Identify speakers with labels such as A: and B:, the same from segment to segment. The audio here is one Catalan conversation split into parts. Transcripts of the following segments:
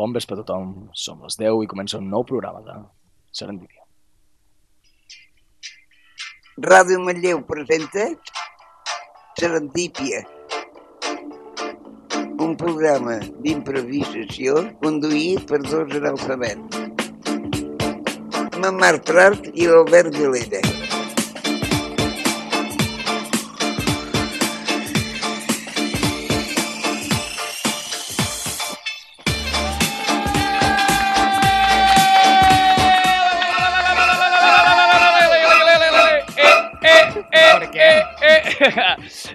A: Bon vespre a tothom, som les 10 i comença un nou programa de Serendipia.
B: Ràdio Manlleu presenta Serendípia, un programa d'improvisació conduït per dos analfabets, la Mar Prat i l'Albert Vilera.
A: Per què?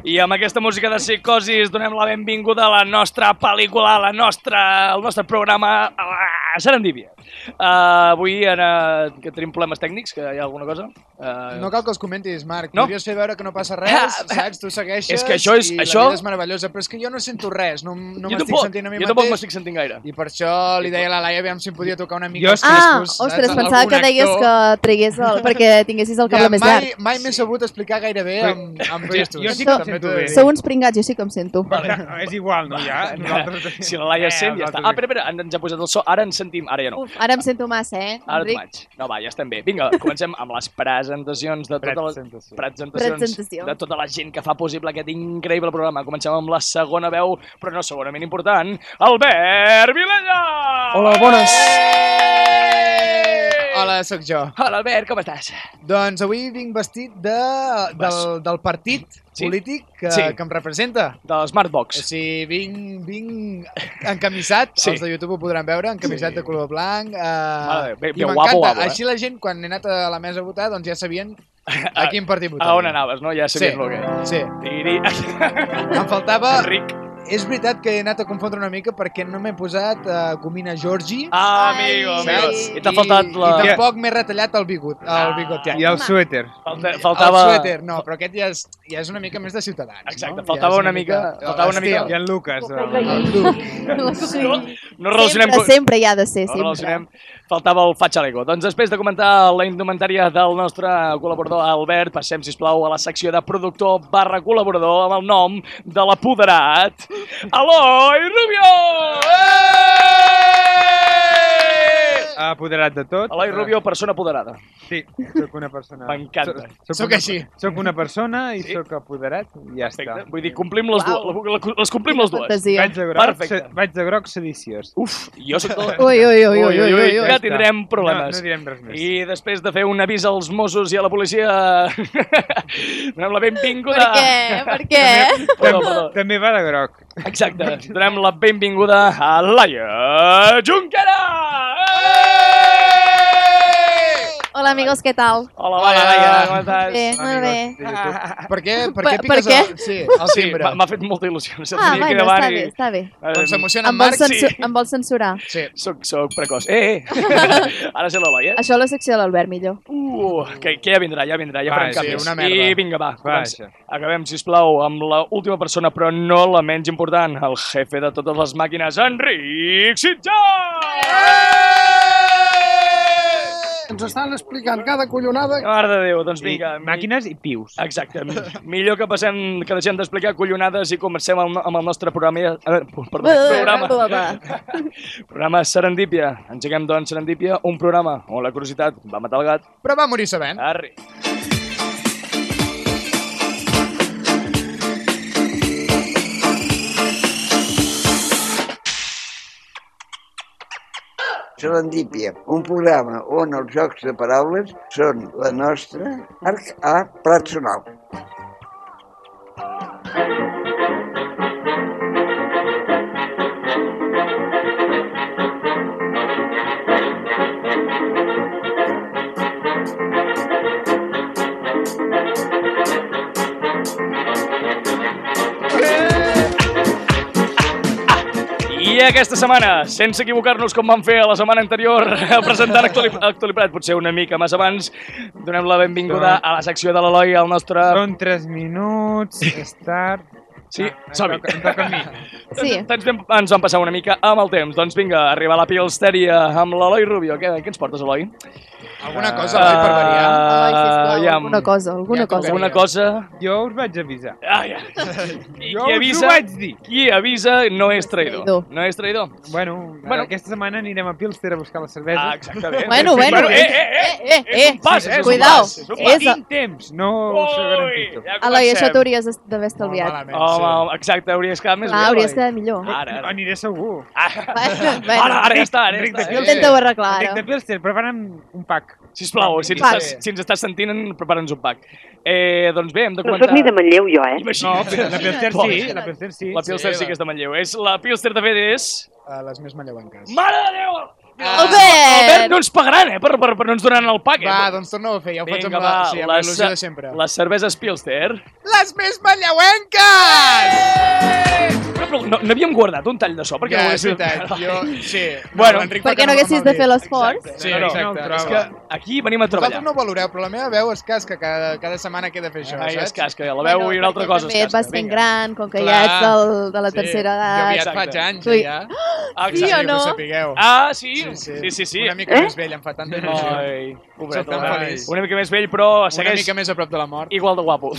A: I amb aquesta música de psicosis donem la benvinguda a la nostra pel·lícula, a la nostra, al nostre programa a la Serendipia. Uh, avui en, uh, que tenim problemes tècnics, que hi ha alguna cosa. Uh,
C: No cal que els comentis, Marc.
A: No?
C: No? Podries fer veure que no passa
A: Ah,
C: res, saps? Tu segueixes
A: és que això és-
C: i
A: això-
C: la vida és meravellosa. Però és que jo no sento res, no, m- no
A: jo
C: m'estic
A: tampoc,
C: sentint a mi
A: jo tampoc
C: mateix.
A: m'estic sentint gaire.
C: I per això li deia a la Laia, aviam si em podia tocar una mica
D: Jo
C: els
D: estic-
E: Ah,
C: cascos.
E: ostres,
C: saps?
E: pensava
C: Algun
E: que deies
C: actor.
E: que tragués el... perquè tinguessis el cable
C: Ja,
E: ja, més
C: mai,
E: llarg.
C: mai m'he sabut explicar gaire bé amb, amb
D: Jo-
C: gestos.
D: jo sí
E: que em
C: També
D: sento
C: t'ho he de
D: bé.
C: dir.
E: Sou uns pringats, jo sí que em sento.
D: Vale. No, és igual, no? Ja, nosaltres...
A: Si la
C: Eh,
A: Laia sent, ja està. Ah, espera, espera, ens ha posat el so, ara ens sentim, ara ja no.
E: Uf, ara em sento massa, eh?
A: Ara
E: Enric?
A: et vaig. No, va, ja estem bé. Vinga, comencem amb les presentacions de tota la... Presentacions,
E: Presentació.
A: de tota la gent que fa possible aquest increïble programa. Comencem amb la segona veu, però no segurament important, Albert Vilella!
F: Hola, bones.
C: Hola, sóc jo.
A: Hola, Albert, com estàs?
C: Doncs avui vinc vestit de, del, del partit
A: Sí.
C: polític que,
A: Sí.
C: que em representa.
A: De
C: O
A: l'Smartbox.
C: sigui, vinc, vinc encamissat,
A: Sí.
C: sí. els de YouTube ho podran veure, encamissat sí. de color blanc.
A: Mare de
C: Eh,
A: Déu,
C: I
A: guapo,
C: m'encanta.
A: guapo, eh?
C: Així la gent, quan he anat a la mesa a votar, doncs ja sabien a quin partit votar.
A: A on anaves, no? Ja sabies
C: Sí. Ah.
A: el que...
C: Sí.
A: Tiri,
C: Em faltava...
A: Enric.
C: És veritat que he anat a confondre una mica perquè no m'he posat uh, Gomina Georgi.
A: Ah, amigo,
E: Ai.
A: amigo.
E: Saps?
A: I t'ha faltat la...
C: I tampoc m'he retallat el bigot, el
A: Ah.
C: bigot
D: I el suèter.
A: Falta, faltava...
C: El suèter, no, però aquest ja és, ja és una mica més de Ciutadans,
A: Exacte,
C: no?
A: faltava
C: ja és
A: una mica- faltava una mica-
D: I el Lucas. eh,
C: estil.
D: El...
C: El look.
A: No, no relacionem...
E: Sempre,
A: co-
E: sempre hi ha de ser,
A: No
E: sempre.
A: relacionem. Faltava el Fatxaleco. Doncs després de comentar la indumentària del nostre col·laborador Albert, passem, si plau a la secció de productor barra col·laborador amb el nom de l'apoderat Eloi Rubió! Eh!
D: Apoderat de tot. Eh,
A: Eloi Rubió, persona apoderada.
D: Sí, sóc una persona...
A: M'encanta.
D: Sóc-
C: Sóc
D: una-
C: així.
D: Sóc una persona i
A: Sí.
D: sóc apoderat i ja està.
A: Perfecte. Vull dir, complim les dues. les- Les complim les dues.
E: Fantasia.
D: Vaig de groc,
A: Perfecte.
D: se, vaig de groc sediciós.
A: Uf, jo soc de...
E: Ui, ui, ui, ui, ui, ui, ui.
A: Ja tindrem problemes.
D: No, no direm res més. I...
A: I després de fer un avís als Mossos i a la policia... Donem la benvinguda.
E: Per què? Per què?
A: Perdó, perdó.
D: També va de groc.
A: Exacte, donem la benvinguda a Laia Junquera!
E: Hola, amigos, què tal?
A: Hola, Laia, Laia, com estàs?
E: Bé, molt bé.
D: Amigos de
A: Ah.
D: YouTube.
C: Per què, per què
E: Per- per
C: piques
E: què?
C: el, sí, el
A: Sí,
C: timbre?
A: m'ha m'ha fet molta il·lusió. Si
E: Ah, bueno, està bé,
A: eh,
E: està bé.
C: Quan s'emociona en
E: Em vol,
C: Marc, sí.
E: censu em vol censurar.
C: sí.
A: Soc, soc precoç. Eh, eh! Ara sé la Laia.
E: Això a la secció de l'Albert, millor.
A: Uh, que, que ja vindrà, ja vindrà, ja
D: Va,
A: farem
D: sí,
A: canvis.
C: una merda.
A: I vinga, va,
D: Va,
A: comença.
D: això.
A: Acabem, si plau, amb la última persona, però no la menys important, el jefe de totes les màquines, Enric Sitjà!
F: Ens estan explicant cada collonada.
A: Mare de Déu, doncs
D: I
A: vinga. mi-
D: màquines i pius.
A: Exacte. mi- Millor que passem, que deixem d'explicar collonades i comencem amb, amb el nostre programa... Eh, pu- perdó, programa, programa Serendípia. Engeguem, doncs, Serendípia, un programa on la curiositat va matar el gat.
C: Però va morir sabent.
A: Arri.
B: Serendípia, un programa on els jocs de paraules són la nostra arc a plat sonal.
A: I aquesta setmana, sense equivocar-nos com vam fer a la setmana anterior, presentant Actuali- Actualitat, potser una mica més abans, donem la benvinguda a la secció de l'Eloi, al nostre...
D: Són 3 minuts, és tard...
A: Sí,
D: Ah, em
A: som-hi.
D: toca- Em toca a mi.
E: Sí.
A: Ens- Ens, vam- ens vam Doncs passar una mica amb el temps. Doncs vinga, arribar a la Pilsteria amb l'Eloi Rubio. Què, què ens portes, Eloi?
C: Alguna cosa, oi, per
A: Ah.
C: variar?
E: Ai, sisplau,
A: ja,
E: alguna cosa, alguna
C: ja
E: cosa.
C: tocaria.
A: Alguna cosa...
D: Jo us vaig avisar.
A: Ah, ja. I qui
D: Jo us
A: avisa,
D: ho vaig dir.
A: qui avisa no és traïdor.
E: Traïdor.
A: No és traïdor.
D: Bueno,
A: Bueno.
D: bueno, aquesta setmana anirem a Pilster a buscar les cerveses.
A: Ah, exactament.
E: Bueno, bueno,
A: Eh, eh, eh,
E: eh, eh,
A: és un pas, és un
E: cuidao.
A: pas, és un
E: És-
D: Quin temps? No us ho
A: Ui,
D: garantitzo.
A: ja
E: Eloi, això
A: comencem.
E: t'hauries d'haver estalviat.
C: malament,
A: Home, home, exacte, hauries quedat més
E: Ah,
A: bé,
E: hauries
A: Eloi.
E: quedat millor.
A: Ara, ara.
D: Aniré segur.
A: eh? Ah.
E: Bueno,
A: Ara, ara ja està, ara
D: Enric
A: ja
D: de
A: està.
D: Pilsen.
E: Intenta-ho arreglar eh.
D: Enric de
E: ara.
D: Pilster, prepara'm un pack.
A: Sisplau, si ens,
E: Vale.
A: estàs, si ens estàs sentint, en- prepara'ns un pack. Eh, doncs bé, hem de
G: No soc
A: comentar...
G: ni de Manlleu, jo, eh?
A: Imagina.
D: No, la Pilster sí, la Pilster sí.
A: La Pilster
C: Sí,
A: sí que
C: va.
A: és de Manlleu. És la Pilster de fet és...
C: A les més mallevanques.
A: Mare de
C: Ah.
A: Déu!
E: Albert!
A: Albert, no ens pagaran, eh, per, per, per no ens donaran el pack, eh?
C: Va, doncs torna-ho a fer, ja ho faig amb la, sí, amb la
A: les-
C: il·lusió de sempre.
A: Les cerveses Pilster.
C: Les més manlleuenques!
A: Però, però no, no havíem guardat un tall de so perquè
C: ja,
A: no
C: és veritat, jo... Sí.
A: Bueno.
C: l'Enric
E: Perquè no
C: me'l
E: haguessis de
C: va
E: fer
C: dir.
E: l'esforç.
A: Exacte.
C: Sí,
A: No, no,
C: exacte.
D: no el
C: és
A: És que
C: que
A: aquí venim a
C: vosaltres
A: treballar.
C: no ho valoreu, però la meva veu és casca, cada, cada setmana que he de fer això,
A: Ai, Ah, és
C: saps?
A: casca, la veu i una altra cosa és
E: També et
A: casca.
E: vas fent
A: vinga.
E: gran, com que ja
C: Clar.
E: ets del, de la
C: Sí,
E: tercera
C: Jo
E: edat.
C: aviat faig anys,
E: Ui.
C: ja.
A: Ah,
E: Sí
A: exacte.
E: o
C: Que
E: no?
C: ho sapigueu.
A: Ah, sí? Sí, sí, sí.
C: Una mica
G: Eh?
C: més vell, em fa tanta il·lusió.
A: Ai, pobret,
C: Soc tan
A: Albert.
C: feliç.
A: Una mica més vell, però
C: Una
A: segueix
C: mica més a prop de la mort.
A: igual de guapo.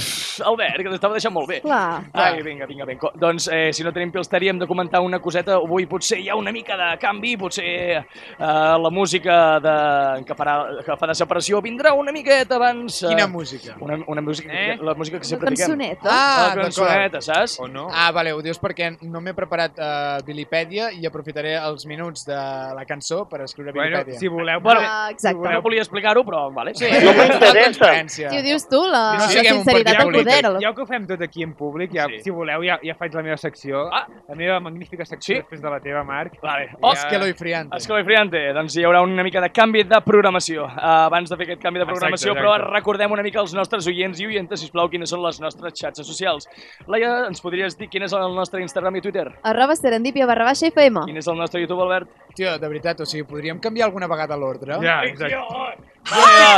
A: Albert, que t'estava deixant molt bé.
E: Clar.
A: Ai,
C: Ah.
A: vinga, vinga, vinga. Doncs, eh, si no tenim pilsteria, hem de comentar una coseta. Avui potser hi ha una mica de canvi, potser eh, la música de... que, farà, que farà separació vindrà una miqueta abans... Eh,
C: Quina música?
A: Una, una música, eh?
D: Eh?
A: la música que
E: Una
A: sempre diguem.
E: cançoneta.
A: la
C: Ah,
A: cançoneta, saps?
D: O no?
C: Ah, vale, ho dius perquè no m'he preparat uh, Bilipèdia i aprofitaré els minuts de la cançó per escriure
D: Bueno,
C: Bilipèdia.
D: si voleu...
E: Ah,
A: També
E: exacte.
A: volia explicar-ho, però vale. Sí.
G: No m'interessa.
E: Si ho dius tu, la,
C: No
E: la
C: siguem un
E: sinceritat
C: partit
E: al poder.
C: polític.
E: Eloi.
D: Ja que ho fem tot aquí en públic, ja,
A: Sí.
D: si voleu, ja, ja faig la meva secció.
A: Ah.
D: La meva magnífica secció
A: Sí?
D: després de la teva, Marc.
A: Vale.
C: Oh,
A: Oh,
C: és que lo friante.
A: Escolai Friante, doncs hi haurà una mica de canvi de programació. Uh, abans de fer aquest canvi de
D: Exacte,
A: programació,
D: exacte.
A: però recordem una mica els nostres oients i oientes, sisplau, quines són les nostres xarxes socials. Laia, ens podries dir quin és el nostre Instagram i Twitter?
C: Ah.
E: Arroba serendipia barra baixa FM.
A: Quin és el nostre YouTube, Albert?
C: Tio, de veritat, o sigui, podríem canviar alguna vegada
A: Ah,
C: l'ordre?
D: Ja, exacte.
A: Vale,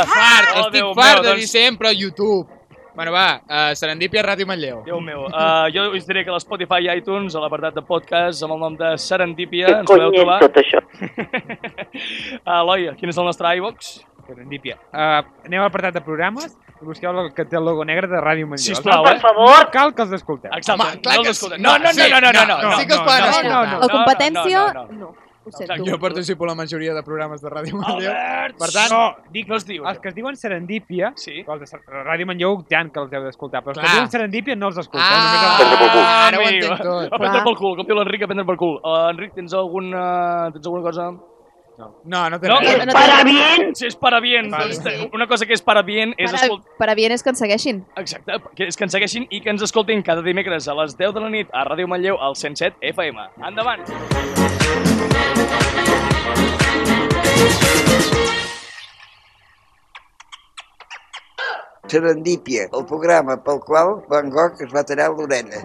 C: Fart,
A: Oh,
C: estic
A: Déu
C: fart
A: meu,
C: de
A: doncs-
C: dir sempre YouTube. Bueno, va, uh, Serendipia Ràdio Manlleu.
A: Déu meu, uh, jo us diré que a l'Spotify i iTunes, a l'apartat de podcast, amb el nom de Serendipia,
G: Què
A: ens podeu
G: cony és
A: trobar. Eh?
G: tot això?
A: Eloia, quin és el nostre iVox?
D: Serendípia. Uh, aneu a l'apartat de programes i busqueu el que té el logo negre de Ràdio Manlleu.
A: Sisplau, eh?
D: no,
G: Per favor!
D: cal que els escolteu.
A: Exacte,
C: Home, clar
A: no els
C: que
A: escoltem.
C: sí.
A: No, no, no,
C: Sí,
A: no, no, no,
C: no,
A: no.
C: sí que els poden
A: no,
C: escoltar.
A: no,
E: La
A: no,
E: competència,
A: no, no, no.
E: no. Ho
A: Exacte.
E: sento.
C: Jo participo a la majoria de programes de Ràdio Manlleu.
A: Albert!
C: Per tant-
A: no, dic, no es diu.
D: Els que es diuen Serendípia,
A: Sí.
D: els de Ser- Ràdio Manlleu, tant que els heu d'escoltar, però els que
C: Clar.
D: es diuen Serendípia no els escolteu,
C: Ah,
D: només els...
C: ara ho
A: amigo.
C: entenc tot.
A: A prendre
E: Clar.
A: pel cul, com diu l'Enric, a prendre pel cul. Uh, Enric, tens alguna, tens alguna cosa?
C: No, no té
A: No.
C: res.
E: No, no, no,
G: Para bien!
A: Si és para bien,
C: Vale.
A: este- una cosa que és para bien és
E: Per,
A: escoltar...
E: per a bien és que ens segueixin.
A: Exacte, que, és que ens segueixin i que ens escoltin cada dimecres a les 10 de la nit a Ràdio Manlleu al 107 FM. Endavant!
B: Serendípia, el programa pel qual Van Gogh es va tallar l'orella.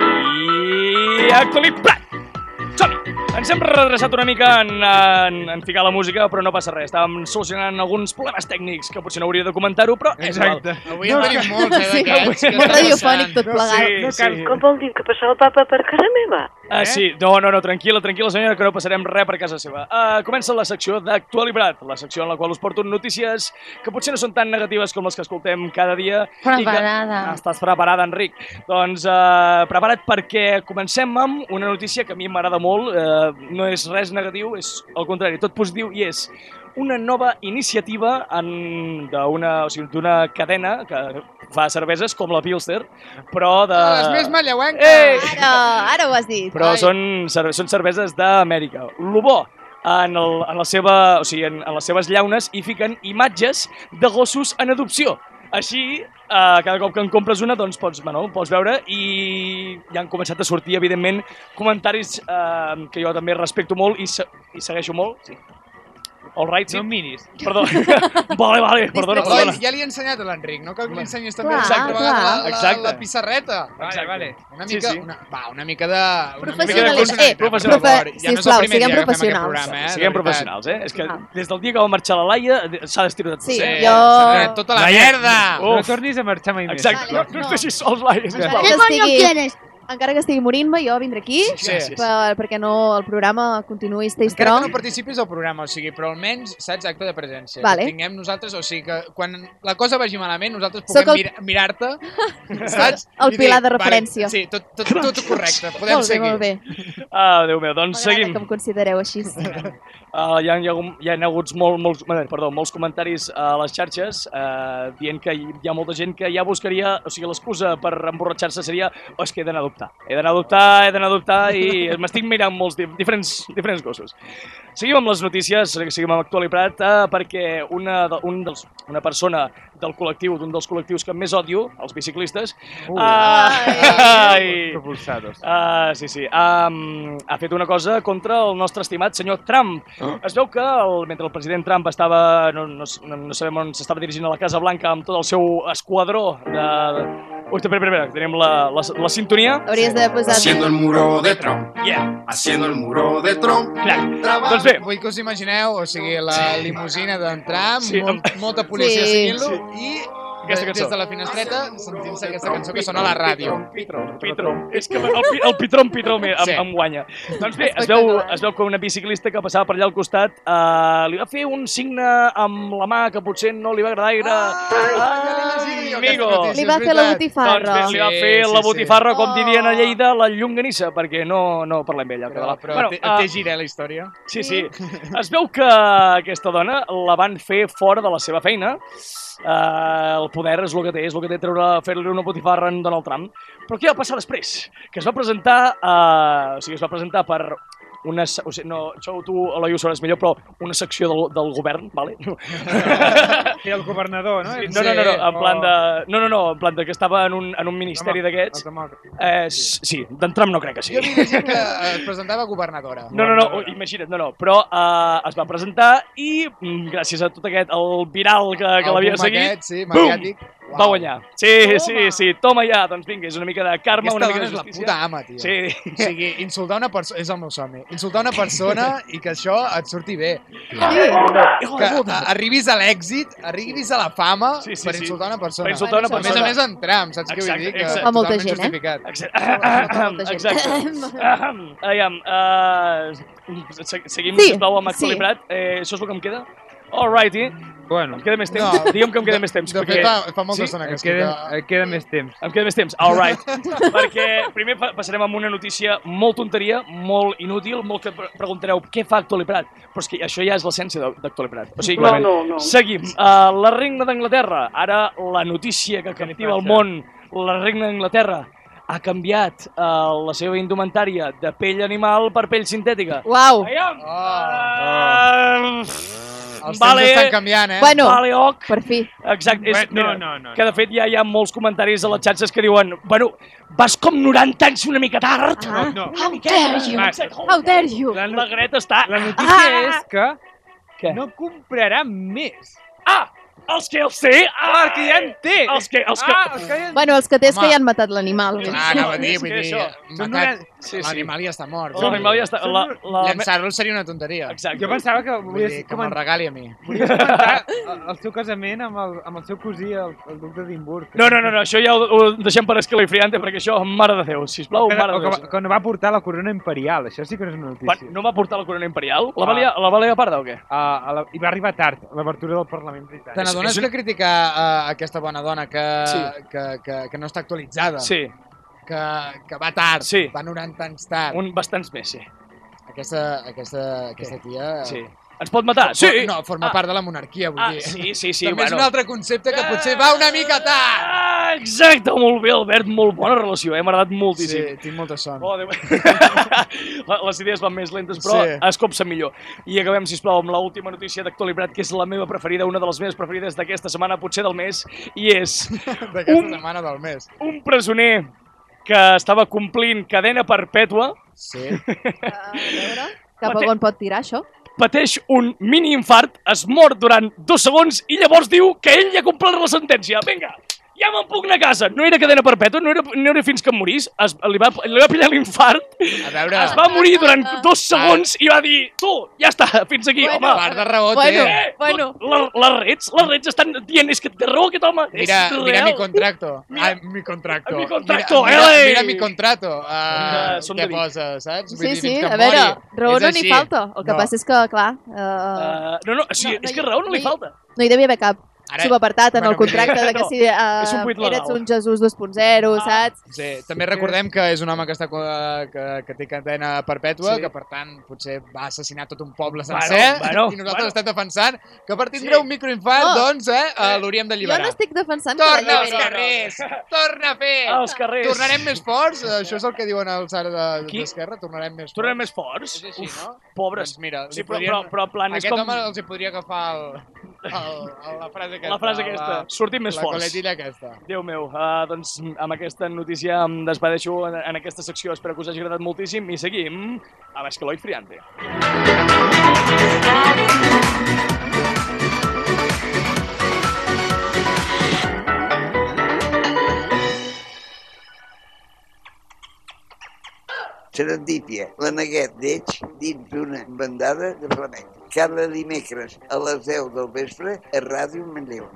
A: I actualitzat! Som-hi! Ens hem redreçat una mica en, en, en ficar la música, però no passa res. Estàvem solucionant alguns problemes tècnics que potser no hauria de comentar-ho, però és igual.
D: Exacte.
C: Avui en tenim molts, eh,
E: Sí,
C: d'aquests. que
E: molt
C: estan
E: radiofònic
C: passant.
E: tot plegat.
A: Sí,
D: no cal.
A: sí.
G: Com vol dir que passava el papa per casa meva?
A: Ah,
D: Eh?
A: sí, no, no, no, tranquil·la, tranquil·la, senyora, que no passarem res per casa seva. Uh, comença la secció d'actualitat, la secció en la qual us porto notícies que potser no són tan negatives com les que escoltem cada dia. Preparada. Que... Estàs preparada, Enric. Doncs uh, prepara't perquè comencem amb una notícia que a mi m'agrada molt. Uh, no és res negatiu, és al contrari, tot positiu i és una nova iniciativa en... d'una o sigui, d'una cadena que fa cerveses com la Pilster, però de... Eh,
C: Les més manlleuenques.
A: Ei!
E: Ara, ara ho has dit.
A: Però
E: Ai.
A: són, cerve- són cerveses d'Amèrica. Lo bo, en, el, en, la seva, o sigui, en, en les seves llaunes hi fiquen imatges de gossos en adopció. Així, eh, cada cop que en compres una, doncs pots, bueno, pots veure i ja han començat a sortir, evidentment, comentaris eh, que jo també respecto molt i, se i segueixo molt. Sí. All right, sí.
D: No em miris.
A: Perdó. vale, vale, perdona,
C: Però ja,
A: perdona.
C: ja li he ensenyat a l'Enric, no cal que li ensenyis també
E: Clar,
C: exacte,
E: clar.
C: la, la,
A: Exacte.
C: la pissarreta.
D: Vale, vale.
C: Una
A: Sí,
C: mica,
A: sí.
C: Una, va, una mica de... Una mica de
E: Professionalisme.
C: consonància,
E: Eh,
C: per
A: profe-
C: favor. Ja no és
E: sisplau,
C: el primer
E: siguem
C: dia que fem aquest
E: professionals.
C: programa, eh, de
A: Siguem
C: veritat.
A: professionals, eh? És que
E: Ah.
A: des del dia que va marxar la Laia eh, s'ha destirut tot.
E: Sí. Oh,
C: Sí,
E: Jo-
C: jo... Tota la
A: Laia,
C: merda!
D: No
A: Uf.
D: tornis a marxar mai més.
A: Exacte.
E: Vale,
A: no, no ens
E: no.
A: deixis sols, Laia,
E: Encara
A: sisplau.
E: que estigui, encara que estigui morint-me, jo vindré aquí
A: Sí, sí, sí.
E: per, perquè no el programa continuï
C: Encara
E: Stay
C: que
E: Strong.
C: no participis al programa, o sigui, però almenys saps acte de presència.
E: Vale.
C: Que tinguem nosaltres, o sigui, que quan la cosa vagi malament, nosaltres
E: Soc
C: puguem
E: el-
C: el... mirar-te, saps?
E: el
C: I dir,
E: pilar de
C: vale,
E: referència.
C: sí, tot, tot, tot correcte, podem
E: Molt bé,
C: seguir.
E: molt bé.
A: Ah, Déu meu, doncs
E: M'agrada
A: seguim.
E: que em considereu així.
A: Uh, hi, ha, hi, ha, hagut- hi ha hagut molt, molts, bé, perdó, molts comentaris a les xarxes uh, dient que hi hi ha molta gent que ja buscaria, o sigui, l'excusa per emborratxar-se seria oh, és que he d'anar a adoptar, he d'anar a adoptar, he d'anar a adoptar i m'estic mirant molts di diferents, diferents gossos. Seguim amb les notícies, seguim amb Actualitat, eh, perquè una, de- un dels, una persona del col·lectiu, d'un dels col·lectius que més odio, els biciclistes,
D: Uh,
A: ah, ai,
D: Propulsados.
A: Ah, sí, sí. Um, ha fet una cosa contra el nostre estimat senyor Trump. Es veu que el, mentre el president Trump estava, no, no, s- no, no sabem on s'estava dirigint a la Casa Blanca amb tot el seu esquadró de... Ui, espera, espera, espera, tenim la, la, la sintonia.
E: Hauries d'haver posat...
H: Haciendo el muro de Trump,
A: Yeah,
H: haciendo el muro de Trump.
A: clar.
H: Traba-
A: Doncs bé,
C: Vull que us imagineu, o sigui, la limusina d'entrar,
A: Sí.
C: sí. molt, molta policia
E: Sí.
C: sí. seguint-lo, i
A: Aquesta
C: de,
A: cançó. Ah,
C: des de la finestreta sentint-se aquesta cançó que sona a la ràdio.
A: Pitró, pitró. És que el, pi- el pitró en pitró em, em,
C: Sí.
A: em guanya. Doncs bé, es veu, es veu que una biciclista que passava per allà al costat eh, li va fer un signe amb la mà que potser no li va agradar gaire. Ah! Ai, amigo.
E: Li va fer la botifarra.
A: Doncs bé, li va
C: Sí,
A: fer
C: sí,
A: la
C: sí.
A: botifarra, com dirien a
E: Oh.
A: Lleida, la llonganissa, perquè no, no parlem bé allà al
C: Però,
A: català.
C: però té,
A: ah,
C: té gira la història.
A: sí, sí. Es veu que aquesta dona la van fer fora de la seva feina. Uh, el poder és el que té, és el que té treure, fer-li una botifarra a en Donald Trump. Però què va passar després? Que es va presentar, uh, o sigui, es va presentar per una, se- o sigui, no, això tu, Eloi, ho sabràs millor, però una secció del, del govern, vale?
D: I el governador, no? Oh,
A: No, no, no, no, en plan de... No, no, no, en plan de que estava en un, en un ministeri
D: Els
A: d'aquests.
D: demòcrates.
A: Eh, s- sí, d'en Trump no crec que
C: Jo
A: sigui.
C: havia llegit que eh, es presentava governadora.
A: No, no, no, imagina't, no, no, però eh, es va presentar i mm, gràcies a tot aquest, el viral que, que
C: El
A: l'havia
C: boom
A: seguit,
C: Aquest, sí,
A: bum,
C: mediàtic. Uau.
A: va guanyar. Sí, sí, sí, toma ja, doncs vinga, és una mica de karma,
C: Aquesta
A: una mica de
C: dona és la
A: justícia.
C: puta ama, tio.
A: Sí,
C: O sigui, insultar una persona... És el meu somni. Insultar una persona i que això et surti bé. Que a- arribis a l'èxit, arribis a la fama
A: Sí, sí,
C: per
A: sí.
C: insultar una persona.
A: per insultar una
E: Bueno,
C: A més
A: persona.
C: a més en tram, saps què vull
A: Exacte,
C: dir? Que
A: exacte.
E: Fa molta
C: totalment
E: gent, eh?
C: justificat.
A: Exacte.
E: Molta gent.
A: Exacte. Ahem. Aviam, eh, se- seguim,
E: Sí,
A: sisplau, amb Max
E: sí.
A: Prat. Eh, això és el que em queda? Alrighty.
D: Bueno,
A: Em queda més temps? Digue'm que em queda més temps.
C: De
A: perquè-
C: fet, fa, fa molta
A: Sí,
C: sí, estona que
D: em
C: escolta...
D: queda, em queda més temps.
A: Em queda més temps, all right. Perquè primer pa- passarem amb una notícia molt tonteria, molt inútil, molt que pre- preguntareu què fa Actualitat. Però és que això ja és l'essència d'Ac- d'Actualitat. O sigui,
G: No, no, no.
A: seguim. Uh, la Regna d'Anglaterra, ara la notícia que captiva el
D: passa?
A: món, la Regna d'Anglaterra, ha canviat uh, la seva indumentària de pell animal per pell sintètica.
E: Uau!
A: Aviam!
C: Oh.
A: Ah,
C: Els vale.
A: Vale,
C: temps estan canviant, eh?
E: Bueno. No.
A: vale, ok.
E: Per fi.
A: Exacte, és,
D: Bé, no,
A: mira,
D: no, no,
A: que de fet ja hi ha molts comentaris a les xarxes que diuen bueno, vas com 90 anys una mica tard.
E: Ah.
D: No, no.
E: How dare you!
D: Max,
E: How dare you!
D: La,
A: La Greta està...
D: la notícia
E: Ah!
D: és que
A: Què?
D: no comprarà més.
A: Ah! Els que els té! Ah,
D: Ah, que ja en té!
A: Els que... Els que...
D: Ah, els que ja en té!
E: Bueno, els que té és que
C: Home.
E: ja han matat l'animal. vull dir.
C: Clar, Ah, anava a dir,
A: És
C: vull
A: que
C: dir...
A: això,
D: són
C: Matat,
D: noranta-
A: Sí, sí.
C: L'animal ja està mort. vull dir,
A: L'animal ja està... La, la...
C: Llançar-lo seria una tonteria.
A: Exacte.
D: Jo pensava que
C: Vull
D: volies
C: dir, que me'l
D: comentar
C: regali a mi.
D: el- el seu casament amb el, amb el seu cosí, el, el duc d'Edimburg.
A: No, no, no, no, això ja ho, ho deixem per escalifriante, perquè això, mare de Déu, sisplau,
D: O que,
A: mare
D: o
A: de
D: que,
A: Déu.
D: va- que no va portar la corona imperial, això sí que no és una
A: Va,
D: notícia.
A: no va portar la corona imperial? La valia, la valia parda o què?
D: Ah, a la, I va arribar tard, a l'obertura del Parlament
C: Te
D: britànic.
C: n'adones
A: és
C: que criticar uh, aquesta bona dona que,
A: Sí.
C: que, que, que no està actualitzada,
A: Sí,
C: que, que va tard,
A: Sí.
C: va 90 anys tard.
A: un bastants més, sí.
C: Aquesta, aquesta, aquesta tia... eh,
A: sí. Ens pot matar? Sí!
C: No, forma
A: Ah.
C: part de la monarquia, vull
A: Ah,
C: dir.
A: sí, sí, sí,
C: També és
A: bueno.
C: un altre concepte que potser va una mica tard.
A: Ah, exacte, molt bé, Albert, molt bona relació, eh? m'ha agradat moltíssim. Sí.
C: Sí, tinc molta son.
A: Oh, Déu. Les idees van més lentes, però sí.
C: Sí.
A: es copsa millor. I acabem, sisplau, amb l'última notícia d'actualitat, que és la meva preferida, una de les meves preferides d'aquesta setmana, potser del mes, i és
C: D'aquesta
A: Un-
C: setmana del mes.
A: un presoner que estava complint cadena perpètua
C: Sí.
E: A veure,
A: La
E: cap
A: té-
E: a on pot tirar això?
A: pateix un mini infart, es mor durant dos segons i llavors diu que ell ja ha complert la sentència. Vinga, ja me'n puc anar a casa. No era cadena perpètua, no era, no era fins que morís. Es, li, va, li va pillar l'infart,
C: A veure,
A: es va morir durant dos segons i va dir, tu, ja està, fins aquí,
I: Bueno.
A: home.
C: part de raó té.
I: Bueno,
A: Eh, tot-
I: bueno.
A: la- Les rets, les rets estan dient, és que té raó aquest home.
C: Mira,
A: és real.
C: mira mi contracto.
A: Mira-
C: Ah, mi contracto.
A: Mi contracto,
C: mira, mira,
A: eh?
C: mira mi contrato.
A: Ah,
C: Uh,
A: som
C: què
A: de Vic.
C: posa, saps?
E: Sí,
C: dir,
E: sí,
C: fins que
E: a
C: em
E: veure,
C: mori.
E: raó
C: És
E: no n'hi
C: així.
E: falta. El que
C: No. Ah.
E: passa és que, clar,
A: Eh,
E: eh,
A: no, no, sí,
E: no, no
A: és
E: hi-
A: que raó no li
E: no hi-
A: falta.
E: no hi devia haver cap
C: Ara-
E: subapartat en
C: Bueno,
E: el contracte de que
A: no,
E: si eh,
A: és un buit legal.
E: eres un Jesús 2.0, saps?
C: Sí, també recordem que és un home que, està, co- que, que té cadena
A: Sí.
C: perpètua, sí. que per tant potser va assassinar tot un poble
A: Bueno,
C: sencer,
A: bueno,
C: i nosaltres
A: bueno.
C: estem defensant que per tindre
A: Sí.
C: sí. un microinfart,
E: No.
C: doncs, eh, eh, l'hauríem
E: Oh. Jo
C: d'alliberar.
E: no estic defensant que
C: Torna als
E: l'alliberin.
C: carrers! Torna a fer!
A: Als carrers.
C: Tornarem més forts? Això és el que diuen els ara de-
A: Qui?
C: d'Esquerra? Tornarem més forts?
A: Tornem més forts.
C: És així,
A: Uf,
C: no?
A: pobres.
C: Doncs mira,
A: Sí,
C: li
A: però, però,
C: podrien-
A: però en plan, és
C: Aquest
A: com
C: com... home els hi podria agafar el, el, el, la frase aquesta.
A: la frase aquesta.
C: La,
A: Sortim més
C: la
A: forts.
C: coletilla aquesta.
A: Déu meu, uh, doncs amb aquesta notícia em despedeixo en, en aquesta secció. Espero que us hagi agradat moltíssim i seguim amb Escaloi Friante.
B: Serendípia, la neguet d'Eix dins d'una bandada de flamenc. Cada dimecres a les 10 del vespre a Ràdio Manlleu.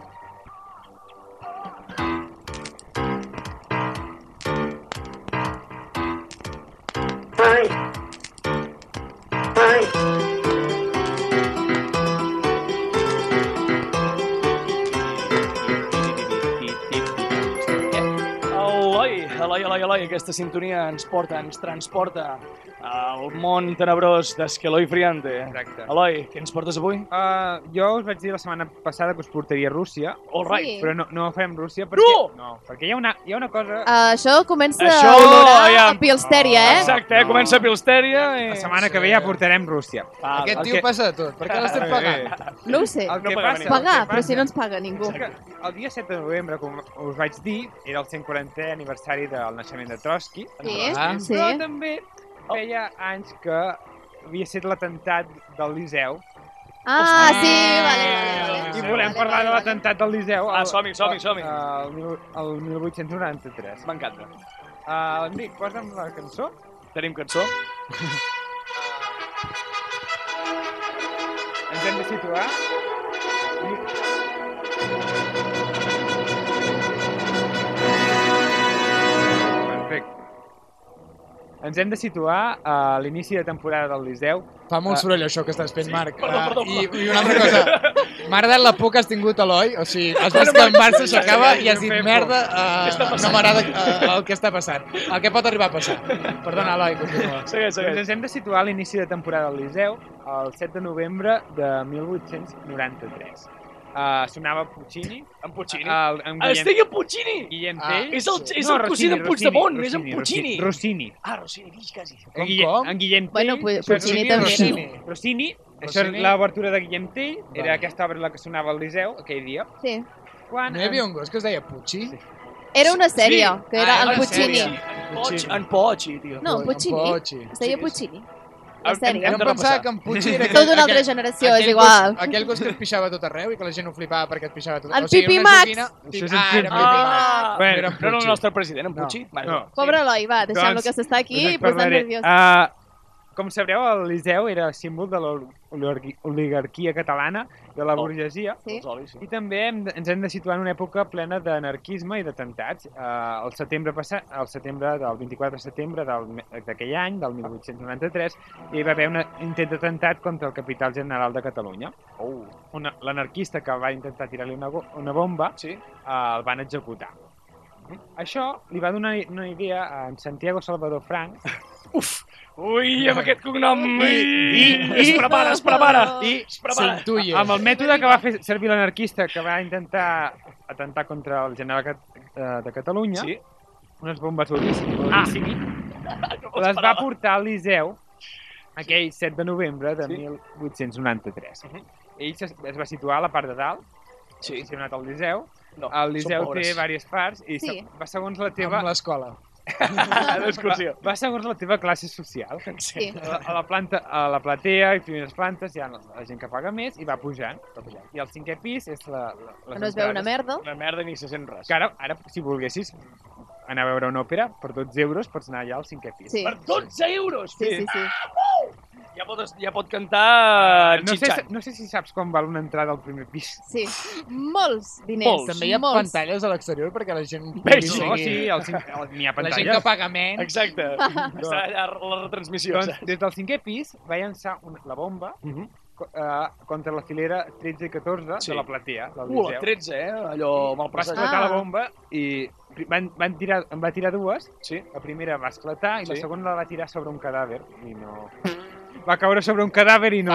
A: Eloi, Eloi, Eloi, Eloi, aquesta sintonia ens porta, ens transporta al món tenebrós d'Escaloi Friante.
D: Exacte.
A: Eloi, què ens portes avui?
D: Uh, jo us vaig dir la setmana passada que us portaria a Rússia,
A: All right.
E: Sí.
D: però no, no farem Rússia perquè...
A: No!
D: No! perquè hi ha una, hi ha una cosa...
E: Eh, això comença
A: Això,
E: a olorar
A: aviam.
E: a pilstèria, eh?
A: Exacte, eh? comença Pilstèria i...
D: La setmana que ve ja portarem Rússia.
A: Ah,
C: Aquest
A: el
C: tio
A: que-
C: passa de tot. Per què l'estem pagant?
E: No ho sé.
D: El
A: No
D: que
A: pagarem
D: passa...
A: ni
D: el
E: Pagar,
D: que
E: però si
D: passa
E: no ens paga ningú.
D: és que El dia 7 de novembre, com us vaig dir, era el 140è aniversari del naixement de Trotsky.
E: Sí,
C: Ah.
E: sí.
D: Però també feia anys que havia estat l'atemptat del Liceu.
E: Ah, sí, vale, vale, vale.
D: I
A: Sí.
D: volem
E: Vale,
D: parlar
E: vale,
D: de
E: vale.
D: l'atemptat del Liceu.
A: Ah, som-hi, som-hi, som-hi.
D: El, mil- el 1893.
A: M'encanta.
D: Uh, Enric, posa'm la cançó.
A: Tenim cançó?
D: Ens hem de situar. Perfecte. Ens hem de situar a l'inici de temporada del Liceu.
C: Fa molt soroll això que estàs fent, Marc.
A: Ah. perdó, perdó,
C: Ah,
A: perdó.
C: I, I una altra cosa. M'ha agradat la por que has tingut, Eloi. O sigui, has vist que en Marc s'aixecava i has dit merda, uh, no m'agrada uh, el que està passant. El que pot arribar a passar. Perdona, Eloi, continua.
A: Segueix,
D: Doncs
A: segueix.
D: ens hem de situar a l'inici de temporada del Liceu, el 7 de novembre de 1893. Uh, sonava Puccini,
A: En Puccini.
D: el, amb
A: Ah, es
D: Guillem,
A: deia Puccini!
D: Guillem
C: Ah,
D: Tell.
A: És el, és
D: No,
A: el cosí
D: Rossini,
A: d'en Puigdemont,
D: Rossini,
A: és en
D: Rossini,
A: Puccini.
D: Rossini.
A: Ah, Rossini, digues quasi.
D: En
C: Com,
D: Guillem,
C: com?
D: en Guillem Tell.
E: Bueno, pues- Puccini
D: Rossini,
E: també.
D: Rossini. Rossini. Això és
C: Rossini.
D: l'obertura de Guillem Tell.
C: Vale.
D: Era aquesta obra la que sonava al Liceu aquell dia.
E: Sí.
D: Quan
C: No hi havia un gos que es deia Pucci?
E: Era una sèrie,
A: Sí.
E: que era
C: Ah,
E: el
C: era una
E: Puccini.
C: sèrie.
A: En Poch, en Pochi, tio.
E: No, Puccini.
C: Pucci.
E: Es deia Puccini. La
A: Hem-
E: sèrie.
C: Jo em
A: de repassar.
C: pensava que en Pucci era...
E: Tot d'una
C: aquell-
E: altra generació, és
C: aquell
E: igual.
C: Gos, aquell gos que et pixava a tot arreu i que la gent ho flipava perquè et pixava a tot
E: El
C: arreu.
E: Pipi
C: una
E: Max.
C: joguina-
D: Això és
C: Ah,
D: el
C: era
D: Pipi
C: Pipi
D: Max.
A: Ah!
D: Bueno,
A: Bueno, no era el
C: Pucci.
A: nostre president, en
C: No.
A: Pucci? Vale,
D: No.
A: sí.
E: Pobre Eloi, va, deixem-lo
D: Doncs,
E: que s'està aquí i
D: us en
E: posant
D: parlaré.
E: nerviós.
D: Ah, com sabreu, el Liceu era símbol de l'oligarquia catalana, de la
A: Oh.
D: burgesia,
E: Sí.
A: Els olis, sí.
D: Doncs, i també hem, de- ens hem de situar en una època plena d'anarquisme i d'atemptats. Uh, el setembre passat, el setembre del 24 de setembre del me- d'aquell any, del 1893, hi va haver un intent d'atemptat contra el capital general de Catalunya.
A: Oh.
D: Una- L'anarquista que va intentar tirar-li una, go- una bomba
A: Sí?
D: eh, el van executar. Això li va donar una idea a en Santiago Salvador Frank
A: Ui, amb aquest cognom... I, i,
D: I-
A: es prepara, es prepara. I,
D: i
A: es prepara.
C: S'intuye.
D: amb el mètode que va fer servir l'anarquista que va intentar atentar contra el general cat- eh, de Catalunya,
A: Sí? Ah,
D: unes bombes olíssimes,
A: No
D: les va
A: esperava.
D: portar al Liceu aquell 7 de novembre de
A: Sí.
D: 1893.
A: Mhm.
D: Ell se- es va situar a la part de dalt,
A: Sí.
D: s'ha anat al Liceu,
A: No,
D: el
A: som
D: Liceu té
A: pobres.
D: diverses parts i se-
E: Sí.
D: va segons la
C: Amb
D: teva...
C: l'escola.
A: D'excursió.
D: Va segons la teva classe social.
E: Sí.
D: A la- a la, planta, a la platea i primeres plantes hi ha la, la gent que paga més i va pujant, va pujant. I al cinquè pis és la, la, les
E: No es veu una
D: entrades.
E: merda.
A: La merda ni se sent res.
D: Que ara, ara, si volguessis anar a veure una òpera, per 12 euros pots anar allà al cinquè pis.
E: Sí,
A: Per 12 euros!
E: sí, sí. sí.
A: Ja, pot, ja pot cantar
D: No sé,
A: xitxant.
D: no sé si saps com val una entrada al primer pis.
E: sí. Molts diners.
A: Molts.
C: També hi ha
E: molts.
C: pantalles a l'exterior perquè la gent
A: Vés,
C: pugui
A: Sí,
D: No,
C: seguir.
D: sí, al cin- al- n'hi ha
C: la
D: pantalles.
C: gent que paga menys.
A: Exacte. Està allà la retransmissió.
D: Doncs,
A: Doncs...
D: des del cinquè pis va llançar una, la bomba uh
A: Mhm.
D: uh, contra la filera 13 i 14
A: Sí.
D: de la platea. Del
A: Uh, la
D: Liceu.
A: 13, eh? Allò mal
D: va
A: passat.
D: esclatar
E: Ah.
D: la bomba i van, van tirar, en va tirar dues.
E: Ah.
A: Sí.
D: La primera va esclatar i la
A: Sí.
D: segona la va tirar sobre un cadàver i no... Va caure sobre un cadàver i no,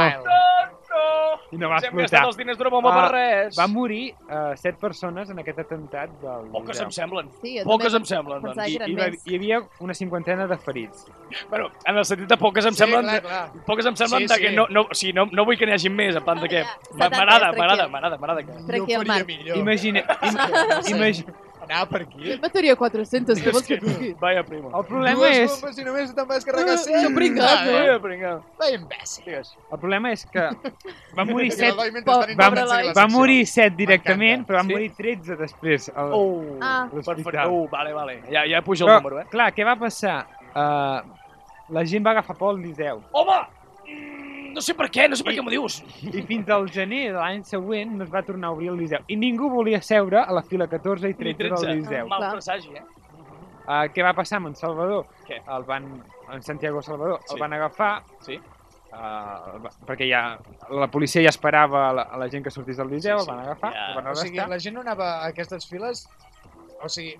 A: No!
D: i no va
A: Ens hem gastat
D: explotar.
A: els diners d'una bomba
D: Va-
A: per res.
D: Van morir uh, set persones en aquest atemptat del
A: Poques
D: Liceu.
A: em semblen.
E: Sí, jo
A: Poques
E: també
A: em semblen, doncs.
E: pensava que eren
D: I va,
E: més.
D: hi havia una cinquantena de ferits.
A: Bueno, en el sentit de poques em
C: Sí,
A: semblen...
C: clar, clar.
A: Poques em semblen
C: Sí,
A: de
C: sí.
A: que no, no, o sigui, no, no vull que n'hi hagi més, en plan de que...
E: Ah, ja.
A: M'a- M'agrada,
E: Setanta,
A: m'agrada,
E: tranquil.
A: m'agrada, m'agrada. que-
E: Tranquil,
C: faria
E: Marc.
C: millor.
D: Imagine, im, imagine,
C: Anar per aquí.
E: Va tenir 400, què vols que digui?
A: Vaya primo.
D: el problema
C: Dues
D: és... Eh,
C: bombes i només te'n vas carregar
E: Ah,
C: 100.
E: no pringat, no?
C: eh?
A: Vaya pringa.
C: Va, imbècil.
A: Digues.
D: El problema és que van morir
C: Que
D: set,
C: l'Eloi mentre estan
D: va,
C: intentant seguir la
D: va
C: secció.
D: morir set directament,
C: M'encanta.
D: però van
A: Sí.
D: morir 13 després a l-
A: Oh,
E: Ah.
D: a
A: perfecte.
D: l'hospital.
A: Oh, vale, vale. Ja, ja puja el
D: Però,
A: número, eh?
D: clar, què va passar? Uh, la gent va agafar por al Liceu.
A: Home! Mm, No sé per què, no sé per què m'ho dius.
D: I fins al gener de l'any següent no es va tornar a obrir el Liceu. I ningú volia seure a la fila 14 i 13, del Liceu.
E: Ah,
A: Mal
E: clar.
A: presagi, eh?
D: Uh, què va passar amb en Salvador?
A: Què?
D: El van, en Santiago Salvador
A: Sí.
D: el van agafar
A: Sí.
D: Uh, perquè ja la policia ja esperava la, la gent que sortís del Liceu,
A: Sí, sí.
D: sí, sí. el van agafar,
A: Ja.
D: el van
C: O sigui,
D: arrestar.
C: la gent no anava a aquestes files... O sigui,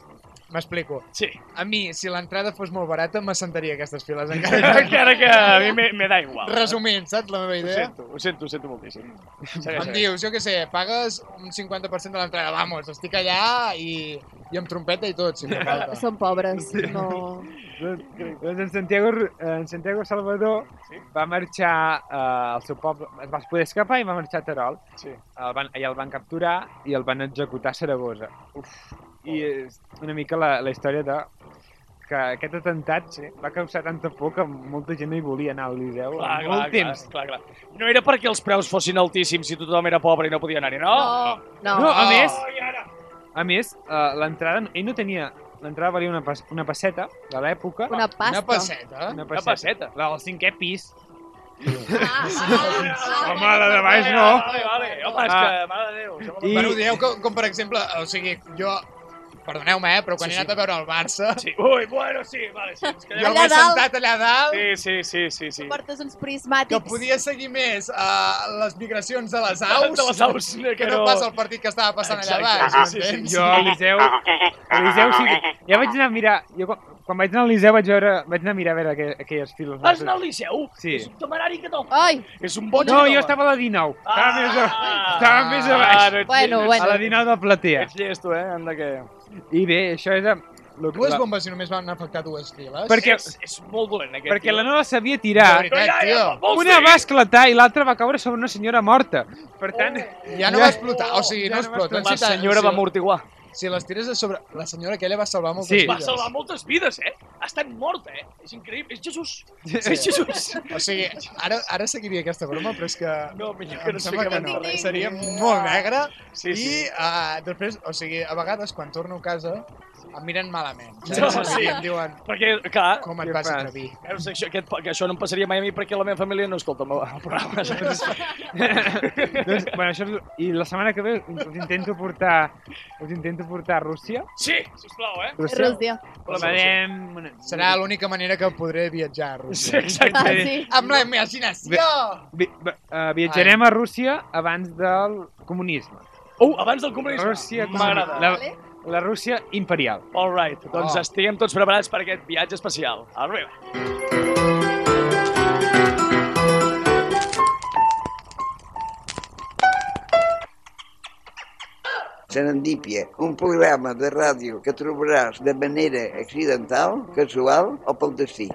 C: m'explico.
A: Sí.
C: A mi, si l'entrada fos molt barata, m'assentaria a aquestes files encara.
A: Encara que a mi me, me da igual. eh?
C: Resumint, saps la meva
A: Ho
C: idea?
A: sento, ho sento, ho sento moltíssim. Segueix,
C: Em
A: segueix.
C: dius, jo què sé, pagues un 50% de l'entrada, vamos, estic allà i, i amb trompeta i tot, si em fa falta.
E: Són pobres, no...
D: Doncs, doncs en, Santiago, en Santiago Salvador sí? va marxar eh, al seu poble, es va poder escapar i va marxar a Terol.
A: Sí.
D: El van, I el van capturar i el van executar a Saragossa. Uf, I és una mica la, la història de que aquest atemptat sí, va causar tanta por que molta gent no hi volia anar al Liceu
A: Clar,
D: en
A: clar,
D: molt temps.
A: Clar, clar, clar. No era perquè els preus fossin altíssims i tothom era pobre i no podia anar-hi, no?
E: No,
D: No, a
C: Oh.
D: més, a més eh, l'entrada, ell no tenia, l'entrada valia una, pas, una passeta de l'època.
E: una pasta.
C: Una passeta.
D: Una
A: Una passeta.
D: La del cinquè pis.
E: Ah, ah,
D: Home, la de baix no. Ah.
A: Vale, vale. Home, és que, mare de Déu. sembla-
D: I-
C: Bueno, ho dieu com, com, per exemple, o sigui, jo... Perdoneu-me, eh, però quan
A: Sí,
C: he anat a veure el Barça,
A: Sí. Ui, bueno, sí, vale. Sí, ens
C: jo
A: quedem...
C: el
E: Allà
C: vaig
E: dalt.
C: sentat allà dalt,
A: Sí, sí, sí, sí, sí.
E: portes uns
C: que
E: prismàtics.
C: podia seguir més a les migracions de les aus,
A: De les aus,
C: que no pas el partit que estava passant
A: Exacte,
C: allà baix.
A: sí, sí, sí.
C: m'entens?
D: Jo al Liceu... Al Liceu sí... que- Ja vaig anar a mirar... Jo, quan- quan vaig anar al Liceu vaig, veure, vaig anar a mirar a veure aquelles, aquelles files.
A: Has anat al Liceu?
D: Sí.
A: És un temerari que no.
E: Ai,
A: És un bon
D: No,
A: home.
D: jo estava a la 19. Estava
A: Ah!
D: més a, estava més a
A: Ah,
D: baix.
A: no ets
E: Bueno,
A: llest.
E: bueno.
D: A la 19 de platea.
A: Ets llesto, eh? Anda que...
D: I bé, això és... Lo,
C: Dues
D: la,
C: bombes i només van afectar dues files.
D: Perquè-
A: És, és molt dolent, aquest
D: perquè
A: tio.
D: la no la sabia
C: De
D: tirar.
C: veritat, tio.
A: vols
D: Una
A: dir?
D: va esclatar i l'altra va caure sobre una senyora morta. Per
A: Oh,
D: tant...
C: Ja no
D: Ja-
C: va explotar, o sigui,
D: Ja
C: no
D: no va
C: explota.
A: La senyora va amortiguar.
C: Si les tires a sobre... La senyora aquella va salvar moltes
D: Sí.
C: vides.
A: Va salvar moltes vides, eh? Ha estat morta, eh? És increïble. És Jesús. És Jesús.
C: O sigui, ara, ara seguiria aquesta broma, però és que...
A: No, millor que
C: Em
A: no sé
C: sembla
A: què
C: que
A: van
C: no, eh?
A: parlar.
C: seria molt negre
A: Sí, sí.
C: i uh, després, o sigui, a vegades quan torno a casa em miren malament.
A: No,
C: saps?
A: sí.
C: I em diuen,
A: Perquè, clar,
C: com
D: Què
C: et vas
D: fas?
C: atrevir?
A: veus, això, aquest, que això no em passaria mai a mi perquè la meva família no escolta el meu el programa. saps?
D: doncs, bueno, això és, I la setmana que ve us intento portar, us intento portar a Rússia.
A: Sí, sisplau, eh?
D: Rússia.
E: Rússia.
D: Farem... una-
C: Serà l'única manera que podré viatjar a
A: Sí,
C: Rússia.
E: Ah,
A: exacte.
E: sí.
C: Amb la imaginació!
D: Vi, va- eh, viatjarem a Rússia abans del comunisme.
A: Uh, abans del comunisme.
D: Rússia,
A: M'agrada.
D: La,
E: Vale.
D: la Rússia imperial.
A: All right, doncs
C: Oh.
A: estiguem tots preparats per aquest viatge especial. Arriba.
B: Serendípia, un programa de ràdio que trobaràs de manera accidental, casual o pel destí.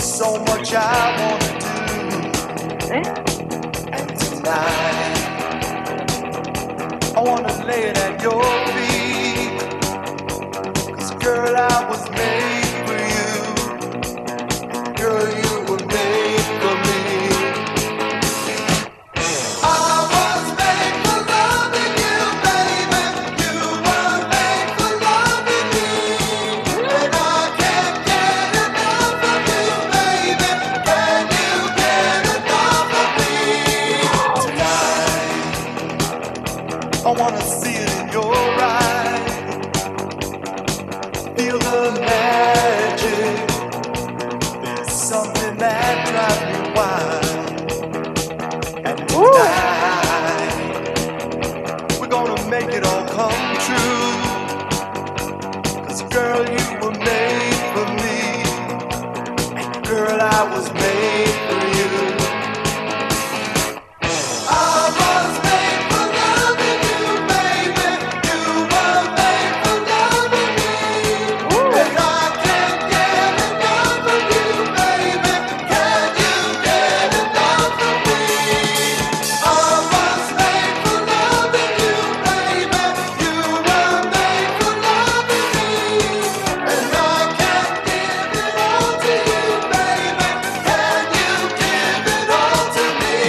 I: so much I wanna do.
G: Eh?
I: And tonight, I wanna lay it at your feet. Cause girl, I was made for you. Girl, you were made for me. I was made for loving you, baby. You were made for loving me. And I can't get enough of you, baby. Can you get enough of me? Tonight, I wanna see it in your eyes. Feel the magic. There's something that drives me wild. And tonight, we're gonna make it all come true. Cause girl, you were made for me. And girl, I was made for you. I was made for loving you, baby. You were made for loving me. And I can't get enough of you, baby. Can you get enough of me? I was made for loving you, baby. You were made for loving me. And I can't give it all to you, baby. Can you give it all to me?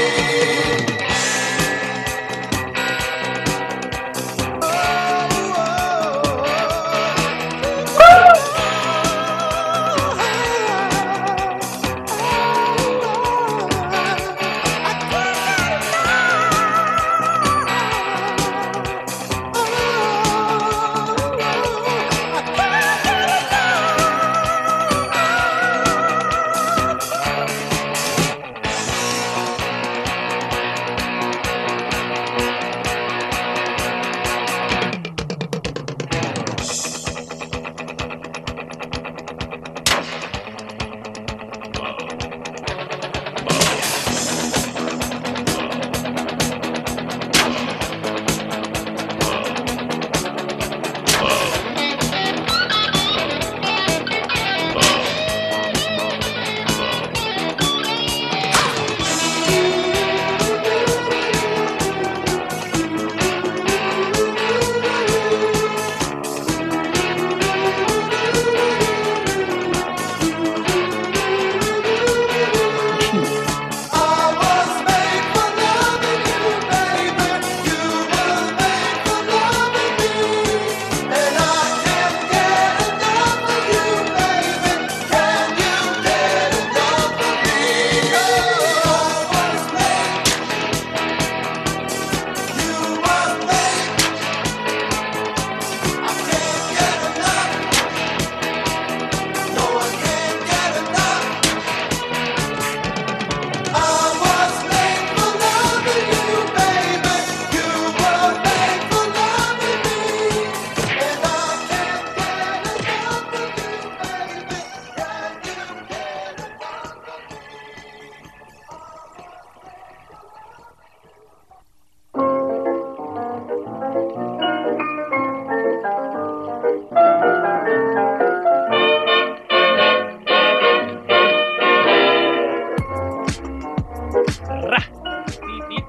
A: Ra! Ti, ti.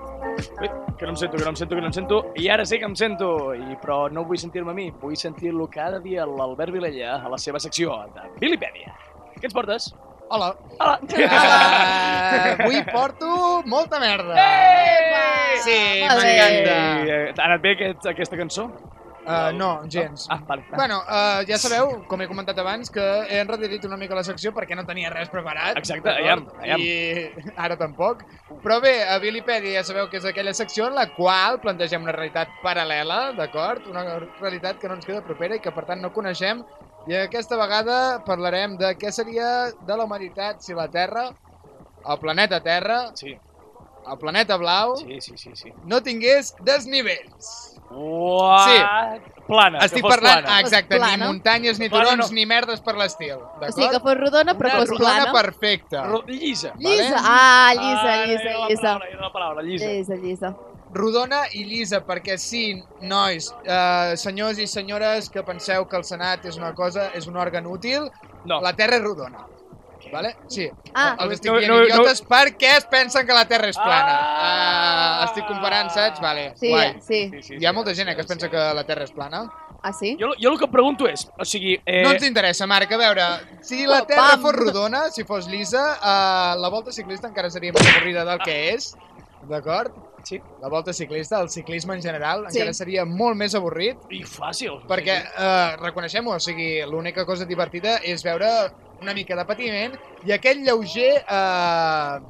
A: Ui, Que no em sento, que no em sento, que no em sento. I ara sí que em sento. I, però no vull sentir-me a mi. Vull sentir-lo cada dia l'Albert Vilella a la seva secció de Bilipèdia. Què ens portes?
C: Hola.
A: Hola!
C: Uh, avui porto molta merda. Sí,
E: Molt bé.
C: m'encanta.
A: Eh, T'ha anat bé aquest, aquesta cançó?
C: Uh, no, gens.
A: Ah, vale.
C: Bueno, uh, ja sabeu, com he comentat abans, que he enredirit una mica la secció perquè no tenia res preparat.
A: Exacte,
C: d'acord?
A: aviam, aviam.
C: I ara tampoc. Però bé, a Bilipèdia ja sabeu que és aquella secció en la qual plantegem una realitat paral·lela, d'acord? Una realitat que no ens queda propera i que per tant no coneixem. I aquesta vegada parlarem de què seria de la humanitat si la Terra, el planeta Terra,
A: Sí,
C: el planeta blau,
A: sí, sí, sí. sí.
C: no tingués desnivells.
A: Uah! Sí. Plana, que
C: Estic
A: fos
C: parlant,
A: plana.
C: exacte, ni
E: Plana.
C: muntanyes, ni
A: Plana,
C: turons,
A: no.
C: ni merdes per l'estil.
E: O sigui que
C: D'acord?
E: fos rodona, però
C: Una
E: fos plana.
C: rodona perfecta.
A: Ro- Llisa.
C: Vale.
E: Llisa. Ah, llisa,
A: Ara
E: llisa,
A: era la
E: llisa.
A: paraula, era la paraula, llisa.
E: Llisa, llisa.
C: Rodona i llisa, perquè sí, nois, eh, senyors i senyores que penseu que el Senat és una cosa, és un òrgan útil,
A: No.
C: la Terra és rodona.
A: Què?
C: Vale? Sí.
E: Ah.
C: Els estic
A: No,
C: dient
A: no, no.
C: idiotes perquè es pensen que la Terra és plana. Ah! estic comparant, saps? Vale,
E: Sí,
C: guai.
E: sí.
C: Hi ha molta gent eh, que es pensa que la Terra és plana.
E: Ah, sí?
A: Jo, jo el que em pregunto és, o sigui... Eh,
C: No ens interessa, Marc, a veure, si la Terra
E: pam.
C: fos rodona, si fos lisa, eh, la volta ciclista encara seria més avorrida del que és, d'acord?
A: Sí.
C: La volta ciclista, el ciclisme en general,
E: Sí.
C: encara seria molt més avorrit,
A: I fàcil.
C: perquè, eh, reconeixem-ho, o sigui, l'única cosa divertida és veure una mica de patiment i aquell lleuger eh,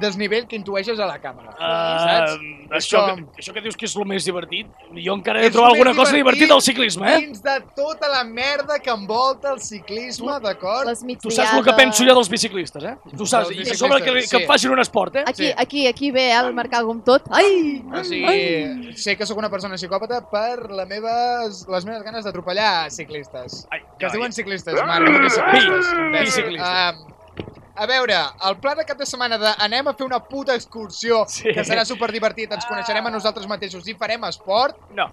C: desnivell que intueixes a la càmera.
A: Uh,
C: saps?
A: això,
C: com-
A: que, això que dius que és el més divertit, jo encara he
C: És
A: de trobar
C: el més
A: alguna cosa
C: divertit
A: divertida al ciclisme, eh?
C: Dins de tota la merda que envolta el ciclisme, d'acord?
E: Les migdiades...
A: Tu saps el que penso jo dels biciclistes, eh? Tu saps, i a sobre que, li- que
C: Sí.
A: et facin un esport, eh?
E: Aquí,
C: Sí.
E: aquí, aquí ve eh, el marcar algun tot. Ai!
C: O
E: Ai!
C: sigui, sé que sóc una persona psicòpata per les meves, les meves ganes d'atropellar ciclistes.
A: Ai,
C: Que es
A: ja,
C: diuen ciclistes, Marc, no biciclistes.
A: Biciclistes.
C: Um, a veure, el pla de cap de setmana de anem a fer una puta excursió
A: Sí.
C: que serà superdivertit, ens coneixerem a nosaltres mateixos i farem esport,
A: No.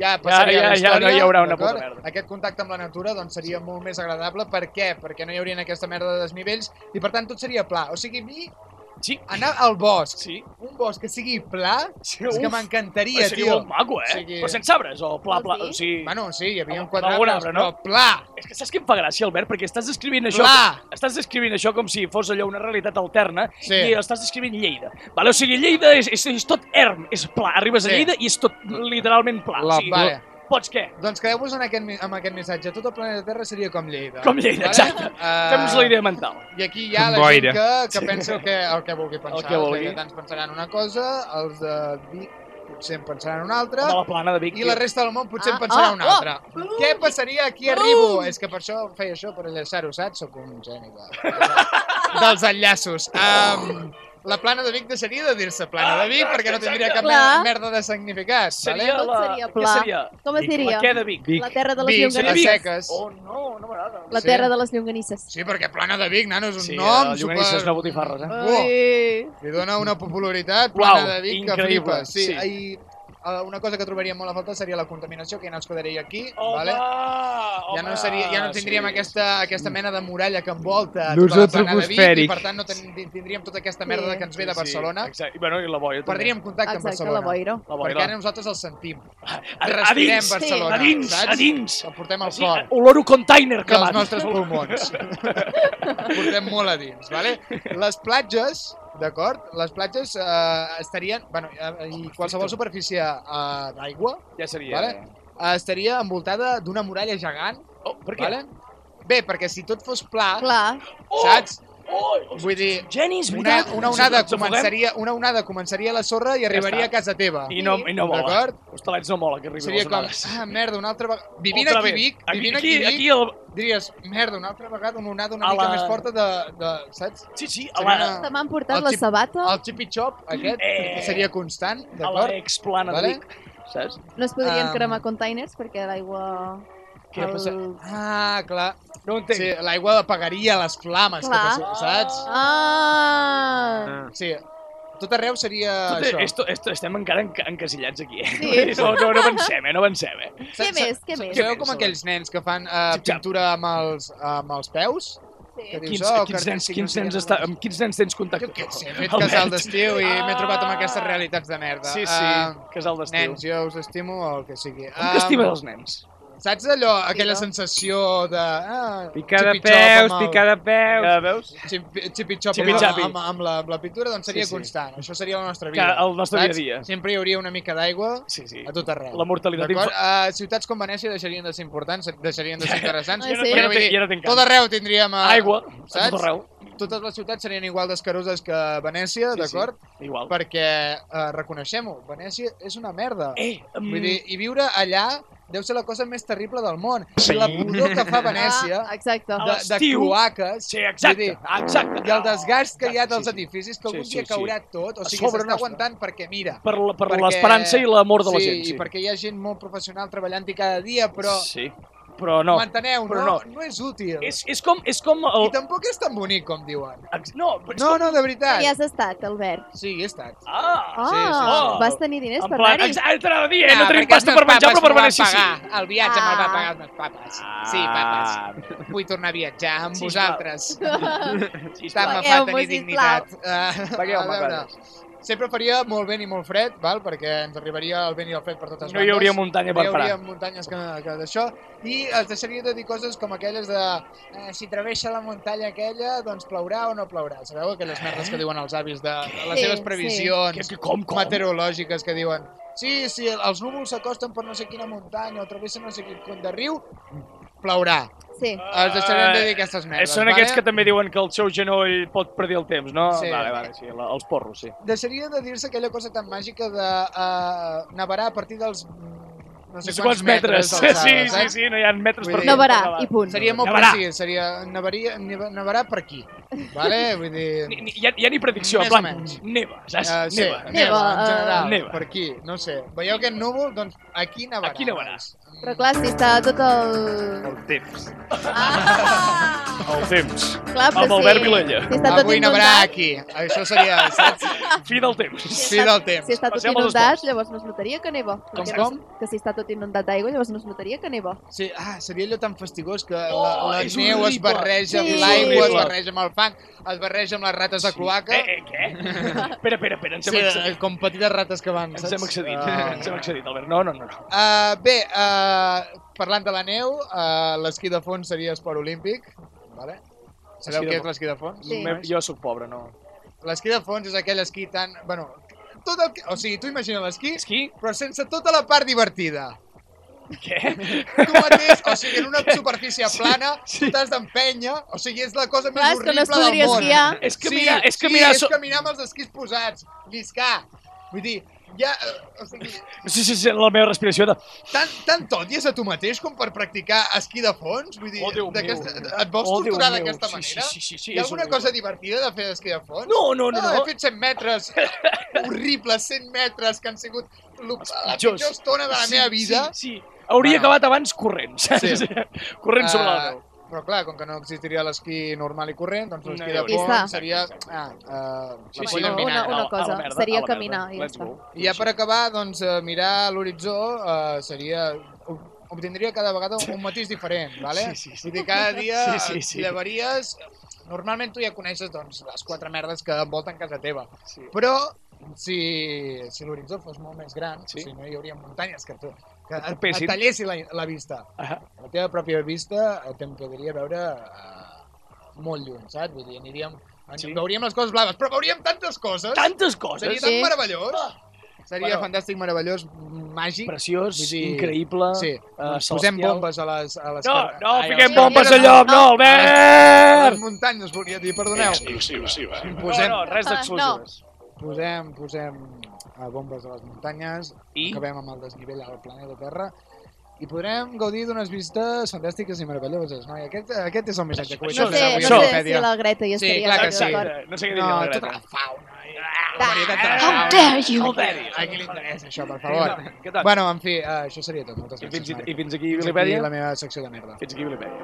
C: ja passaria
A: ja,
C: la
A: ja
C: història.
A: no hi haurà una puta
C: d'acord?
A: merda.
C: Aquest contacte amb la natura doncs, seria molt més agradable. Per què? Perquè no hi haurien aquesta merda de desnivells i, per tant, tot seria pla. O sigui, a mi,
A: Sí,
C: anar al bosc,
A: sí.
C: un bosc que sigui pla,
A: sí
C: és que
A: uf,
C: m'encantaria,
A: seria
C: tio.
A: molt maco, eh?
C: O sigui-
A: Però sense arbres, o pla, pla, o sigui...
C: Bueno, sí, hi havia
A: Amb-
C: un quatre
A: amb algun
C: arbres,
A: arbre, no?
C: però pla,
A: És que saps què em fa gràcia, Albert? Perquè estàs descrivint això...
C: pla.
A: Estàs descrivint això com si fos allò una realitat alterna
C: Sí.
A: i estàs descrivint Lleida. Vale? O sigui, Lleida és, és, és tot erm, és pla. Arribes
C: Sí.
A: a Lleida i és tot literalment pla.
C: La-
A: o sigui,
C: vale.
A: Pots què?
C: Doncs quedeu-vos en aquest, mi- amb aquest missatge. Tot el planeta Terra seria com Lleida.
A: Com Lleida, exacte.
C: Uh,
A: Fem-nos la idea mental.
C: I aquí hi ha
D: Com
C: la gent
D: boira.
C: que, que pensa el que, el que vulgui pensar.
A: que vulgui.
C: Els lleidatans pensaran una cosa, els de Vic potser en pensaran una altra,
A: De la plana de Vic.
C: i la resta del món potser
E: Ah,
C: en pensarà
E: ah,
C: una altra.
E: oh.
C: Què passaria aquí arribo? És que per això feia això, per enllaçar-ho, saps? Soc un geni de... dels enllaços. Um, la plana de Vic deixaria de dir-se plana de Vic perquè no tindria cap
E: Clar.
C: merda de significat.
A: Seria
E: Tot
A: la...
E: seria
A: Què
E: pla.
A: seria?
E: Com es diria?
A: La què de Vic?
E: La terra de les
C: Vic, seria
E: llonganisses.
C: Vic. seques.
A: Oh, no, no m'agrada.
E: La
C: Sí.
E: terra de les llonganisses.
C: Sí, perquè Plana de Vic, nano, és un
A: Sí,
C: nom
A: el
C: super...
A: llonganissa és una botifarra, eh?
C: Buah,
E: Ai.
C: li dona una popularitat,
A: Uau,
C: Plana de Vic, que
A: increïble,
C: flipes. Sí,
A: sí.
C: i eh, una cosa que trobaria molt a falta seria la contaminació, que ja no es quedaria aquí,
A: Home,
C: vale?
A: home,
C: Ja no, seria, ja no tindríem
A: sí.
C: aquesta, aquesta mena de muralla que envolta
D: L'ús
C: tota la plana de Vic i
D: troposfèric.
C: per tant no ten, tindríem tota aquesta merda
E: Sí.
C: que ens ve de Barcelona.
A: Sí, exacte. I, bueno, i la boia també.
C: Perdríem contacte amb
E: Exacte, la
C: Barcelona.
E: boira.
A: la boia.
C: Perquè ara nosaltres el sentim.
A: a, a
C: Respirem
A: dins,
C: Barcelona,
A: a dins,
C: saps?
A: a dins.
C: El portem al
A: Sí,
C: cor.
A: oloro container
C: que els
A: cremat.
C: nostres pulmons. Portem molt a dins, vale? Les platges, d'acord? Les platges eh, estarien... Bueno, eh, i qualsevol superfície eh, d'aigua
A: Ja seria.
C: Vale? eh, estaria envoltada d'una muralla gegant,
A: Oh, per què?
C: vale? Bé, perquè si tot fos pla,
E: Clar,
A: Oh,
C: saps?
A: Oh,
C: Vull dir,
A: genis,
C: una,
A: veritat.
C: una onada
A: Ens afogem
C: començaria, una onada començaria a la sorra i arribaria
A: està.
C: a casa teva.
A: I no, i no mola.
C: D'acord?
A: Hostalets no mola que arribi
C: Seria
A: les
C: com,
A: onades.
C: ah, merda, una altra vegada... Vivint
A: Otra
C: aquí a
A: vez.
C: Vic,
A: Aquí,
C: vivint
A: aquí,
C: aquí a Vic,
A: aquí el...
C: diries, merda, una altra vegada una onada una
A: A
C: mica
A: la-
C: més forta de, de saps?
A: Sí, sí, a
C: Seria
A: la,
C: una-
E: te m'han
C: El
E: portat la
C: xip-
E: sabata.
C: El Chippy Chop aquest
A: Eh.
C: seria
A: a
C: constant,
A: la
C: d'acord?
A: explana
C: Vale. Ah,
A: de Vic. Saps?
E: No es podrien
C: Am.
E: cremar containers perquè l'aigua...
C: um, Què
E: el-
C: passa? Ah, clar.
A: No ho entenc.
C: Sí, l'aigua apagaria les flames, que
E: Clar.
C: passi, saps?
E: Ah!
C: Sí, tot arreu seria
A: Tot,
C: això.
A: esto, esto, estem encara enca encasillats aquí. Eh?
E: Sí.
A: Vull dir, No, no, no avancem, eh? No avancem, eh?
C: Sa-
E: Què
C: sa-
E: més? Què més?
C: Sabeu com
A: Què més?
C: aquells nens que fan eh,
A: Xip-xap.
C: pintura amb els, amb els peus? Que
E: Sí.
C: dius,
A: Quins,
C: oh,
A: quins,
C: que
A: nens,
C: artístic,
A: quins
C: no sé
A: nens
C: què,
A: està,
C: no sé.
A: amb quins nens tens contacte?
C: Jo què sé, he fet casal d'estiu i m'he trobat amb aquestes realitats de merda.
A: Sí, sí,
C: Ah,
A: casal d'estiu.
C: nens, jo us estimo o el que sigui.
A: Com
C: Ah,
A: que estimes els nens?
C: Saps allò, aquella
E: no?
C: sensació de... Ah,
D: Picar de
C: xip-xop
D: peus,
C: amb el-
D: picar de peus.
A: Ja veus?
C: Xip- Xip-xop amb,
A: Xipi-xapi.
C: amb, amb, la, amb la pintura doncs seria
A: Sí,
C: sí,
A: sí.
C: sí. constant. Això seria la nostra
A: Que
C: vida.
A: el nostre dia a
C: saps?
A: dia.
C: Sempre hi hauria una mica d'aigua
A: Sí, sí.
C: a tot arreu.
A: La mortalitat
C: D'acord?
A: infa-
C: Uh, ciutats com Venècia deixarien de ser importants, deixarien
A: Ah,
C: de ser interessants.
E: Ja no-
C: perquè
E: ja
A: no
C: vull
A: té-
C: dir,
A: ja no tinc
C: tot
A: camp.
C: arreu tindríem... eh,
A: Aigua, a tot
C: saps?
A: arreu.
C: Totes les ciutats serien igual d'escaroses que Venècia,
A: Sí, sí.
C: d'acord?
A: Igual.
C: Perquè, uh, reconeixem-ho, Venècia és una merda.
A: Eh, mm,
C: Vull dir, i viure allà deu ser la cosa més terrible del món. Sí. La pudor que fa Venècia,
E: Ah, exacte.
A: A
C: de, de
A: l'estiu.
C: cloaques,
A: sí, exacte,
C: vull dir,
A: exacte.
C: i el desgast que hi ha dels
A: Sí, sí.
C: edificis, que algun
A: Sí, sí,
C: dia
A: sí.
C: caurà tot, o
A: A
C: sigui,
A: sobre
C: s'està
A: nostre.
C: aguantant perquè mira.
A: Per la- per
C: perquè-
A: l'esperança i l'amor de la gent,
C: Sí,
A: sí.
C: i perquè hi ha gent molt professional treballant-hi cada dia, però
A: Sí. però no.
C: M'enteneu,
A: però
C: no,
A: no.
C: no és útil.
A: És, és com... És com el...
C: I tampoc és tan bonic com diuen.
A: Ex- No, però és
C: No,
A: com...
C: no, de veritat.
E: Hi has estat, Albert.
C: Sí, he estat.
A: Ah!
E: Ah,
C: sí, sí.
A: Oh.
E: vas tenir diners
A: En
E: per
A: plan,
E: anar-hi.
A: exacte, anava a dir, eh? no tenim
C: Ah, perquè els
A: pasta
C: meus
A: per menjar,
C: papes
A: però per
C: m'ho van
A: benefici. sí.
C: pagar. El viatge me'l van
E: Ah.
C: pagar els meus papes. Sí, papes.
A: Ah,
C: Vull tornar a viatjar amb
A: Sí,
C: vosaltres. Tant
A: Sisplau.
C: me fa
E: Pagueu-m'ho,
C: tenir
E: sisplau.
C: dignitat. Uh,
A: Pagueu-me,
C: Sempre faria molt vent i molt fred, val? perquè ens arribaria el vent i el fred per totes
A: No hi hauria muntanya per
C: hi
A: parar.
C: hauria muntanyes que, que d'això, i es deixaria de dir coses com aquelles de eh, si travessa la muntanya aquella, doncs plourà o no plourà. Sabeu aquelles merdes que diuen els avis de, de les
E: Sí,
C: seves
E: sí.
A: Que,
C: previsions
A: que, com, Eh? com?
C: meteorològiques que diuen sí, sí, els núvols s'acosten per no sé quina muntanya o travessen no sé quin con de riu, plourà.
E: Sí.
C: Els deixarien de dir aquestes merdes.
A: Eh, Són
C: vale?
A: aquests que també diuen que el seu genoll pot perdir el temps, no?
C: Sí.
A: Vale, vale, sí, la- els porros, sí.
C: Deixaria de dir-se aquella cosa tan màgica de uh, nevarà a partir dels mm, no sé,
A: No sé quants metres.
C: d'alçada,
A: sí, sí,
C: saps?
A: sí, no hi ha metres
C: eh?
A: per
C: Vull dir-
A: tot,
E: Nevarà,
A: per
E: i punt.
C: Seria molt
A: Nevarà.
C: precís, seria nevaria, neva- nevarà per aquí. Vale? Vull dir...
A: Ni, ni, hi, ha, hi ha ni predicció, en
C: Més o
A: plan,
C: menys.
A: neva, saps?
C: eh, sí,
A: neva.
C: neva,
E: Neva,
C: en
E: eh,
C: general,
A: neva.
C: per aquí, no sé. Veieu aquest núvol? Doncs aquí nevarà.
A: Aquí nevarà.
C: Mm,
E: Però clar, si està tot el...
D: El temps.
E: Ah!
A: El temps.
E: Clar, però
A: Amb
E: sí.
A: Albert Vilella.
E: Si està tot
C: Avui nevarà
E: inundat,
C: aquí. Això seria, saps?
A: Fi del temps.
E: si
C: Sí
E: està-
C: del temps.
E: Si està tot
A: Passem als
E: inundat,
A: esports.
E: llavors no es notaria que neva. Perquè no-
C: com?
E: Que si està tot inundat d'aigua, llavors no es notaria que neva.
C: Sí, ah, seria allò tan fastigós que
A: Oh,
C: la, la
A: és
C: neu es
A: horrible.
C: barreja amb
E: Sí.
C: l'aigua, es
A: Horrible.
C: barreja amb el fang, es barreja amb les rates de cloaca.
A: Eh, eh, què? Espera, espera, espera, ens
C: Sí,
A: hem accedit.
C: eh, com petites rates que van,
A: Ens hem accedit,
C: Ah.
A: ens hem accedit, Albert. No, no, no. no.
C: Ah, bé, uh, parlant de la neu, uh, l'esquí de fons seria esport olímpic. Vale? Sabeu
A: Esquí de
C: què és
A: fons.
C: l'esquí de fons?
E: Sí.
A: Me- Jo sóc pobre, no.
C: L'esquí de fons és aquell esquí tan... Bueno, tot el que... O sigui, tu imagina l'esquí,
A: Esquí?
C: però sense tota la part divertida.
A: Què?
C: Tu mateix, o sigui, en una superfície plana,
A: sí.
C: tu t'has d'empènyer, o sigui, és la cosa més
E: Clar, és que
C: horrible
E: no es podria
C: del món.
E: esquiar.
A: És que mira- és que mira
C: Sí,
A: so-
C: és caminar amb els esquís posats, lliscar. Vull dir, ja... eh, O sigui,
A: Sí, sí, sí, la meva respiració de...
C: Tant, tant odies a tu mateix com per practicar esquí de fons? Vull dir,
A: Oh, Déu
C: d'aquesta-
A: meu.
C: et vols
A: Oh, Déu
C: torturar
A: meu.
C: d'aquesta
A: Sí,
C: manera?
A: sí, sí, sí, sí,
C: Hi ha
A: és
C: alguna
A: horrible.
C: cosa divertida de fer esquí de fons? Ah,
A: No, no, no,
C: he
A: no.
C: fet 100 metres, horribles 100 metres, que han sigut lo- la
A: pitjors.
C: pitjor estona de la
A: Sí,
C: meva vida.
A: Sí, sí. Hauria
C: Bueno.
A: acabat abans corrent, saps?
C: Sí.
A: Corrent sobre la
C: Ah,
A: neu.
C: Però clar, com que no existiria l'esquí normal i corrent, doncs
A: No
C: l'esquí
A: hi
C: de
A: hauria.
E: Pista.
C: fons seria... Ah, uh,
A: Sí, sí,
C: la polla
E: Bueno,
C: en
A: no,
E: una,
A: A
C: vinagre.
A: la- a
E: una
A: la
E: cosa,
A: merda, a
E: seria
A: la merda.
E: caminar i ja
A: Let's
E: està.
A: go.
C: I ja per acabar, doncs, eh, mirar l'horitzó eh, seria obtindria cada vegada un matís diferent, vale?
A: Sí, sí, sí.
C: Vull dir, cada dia
A: Sí, sí,
C: sí,
A: sí.
C: sí, llevaries... Normalment tu ja coneixes doncs, les quatre merdes que envolten casa teva,
A: Sí.
C: però si, si l'horitzó fos molt més gran,
A: Sí.
C: sí. si no hi hauria muntanyes que, tu, que et,
A: Tapessin.
C: et tallessin la, la vista.
A: Ah.
C: La teva pròpia vista eh, te'n podria veure eh, molt lluny, saps? Vull dir, aniríem,
A: Sí.
C: veuríem les coses blaves, però veuríem tantes coses!
A: Tantes coses. Ah.
C: Seria tan
E: Sí.
C: meravellós. Seria
A: Bueno.
C: fantàstic, meravellós, màgic.
A: Preciós,
C: Vull dir-
A: increïble.
C: Sí.
A: eh,
C: Doncs posem
A: celestial.
C: bombes a les... A les
A: No,
C: car-
A: no,
C: Ai,
A: fiquem
E: sí.
C: a les-
A: bombes
E: Sí.
A: a lloc, no,
C: A les
A: Albert!
C: muntanyes, volia dir, perdoneu.
A: No,
C: Posem,
A: no, res d'exclusives.
C: posem, posem eh, bombes a les muntanyes,
A: I?
C: acabem amb el desnivell al planeta Terra i podrem gaudir d'unes vistes fantàstiques i meravelloses, no? I aquest, aquest és el missatge que vull
E: No
A: Això,
E: sé,
C: deixar avui
E: no
A: això.
C: a
E: sé si
C: Wikipedia.
E: la Greta hi estaria
C: clar que sí.
E: d'acord.
A: No sé què
C: No,
A: diria la
C: tota
A: Greta.
C: la fauna. i La varietat de la
A: How
C: fauna.
E: dare you.
A: How dare you.
C: A qui li interessa això, per favor?
A: Què tal?
C: Bueno, en fi, eh, això seria tot. Moltes
A: I
C: gràcies,
A: fins,
C: Marc.
A: i fins aquí,
C: Fins aquí
A: Vilipèdia?
C: la meva secció de merda.
A: Fins aquí, Vilipèdia.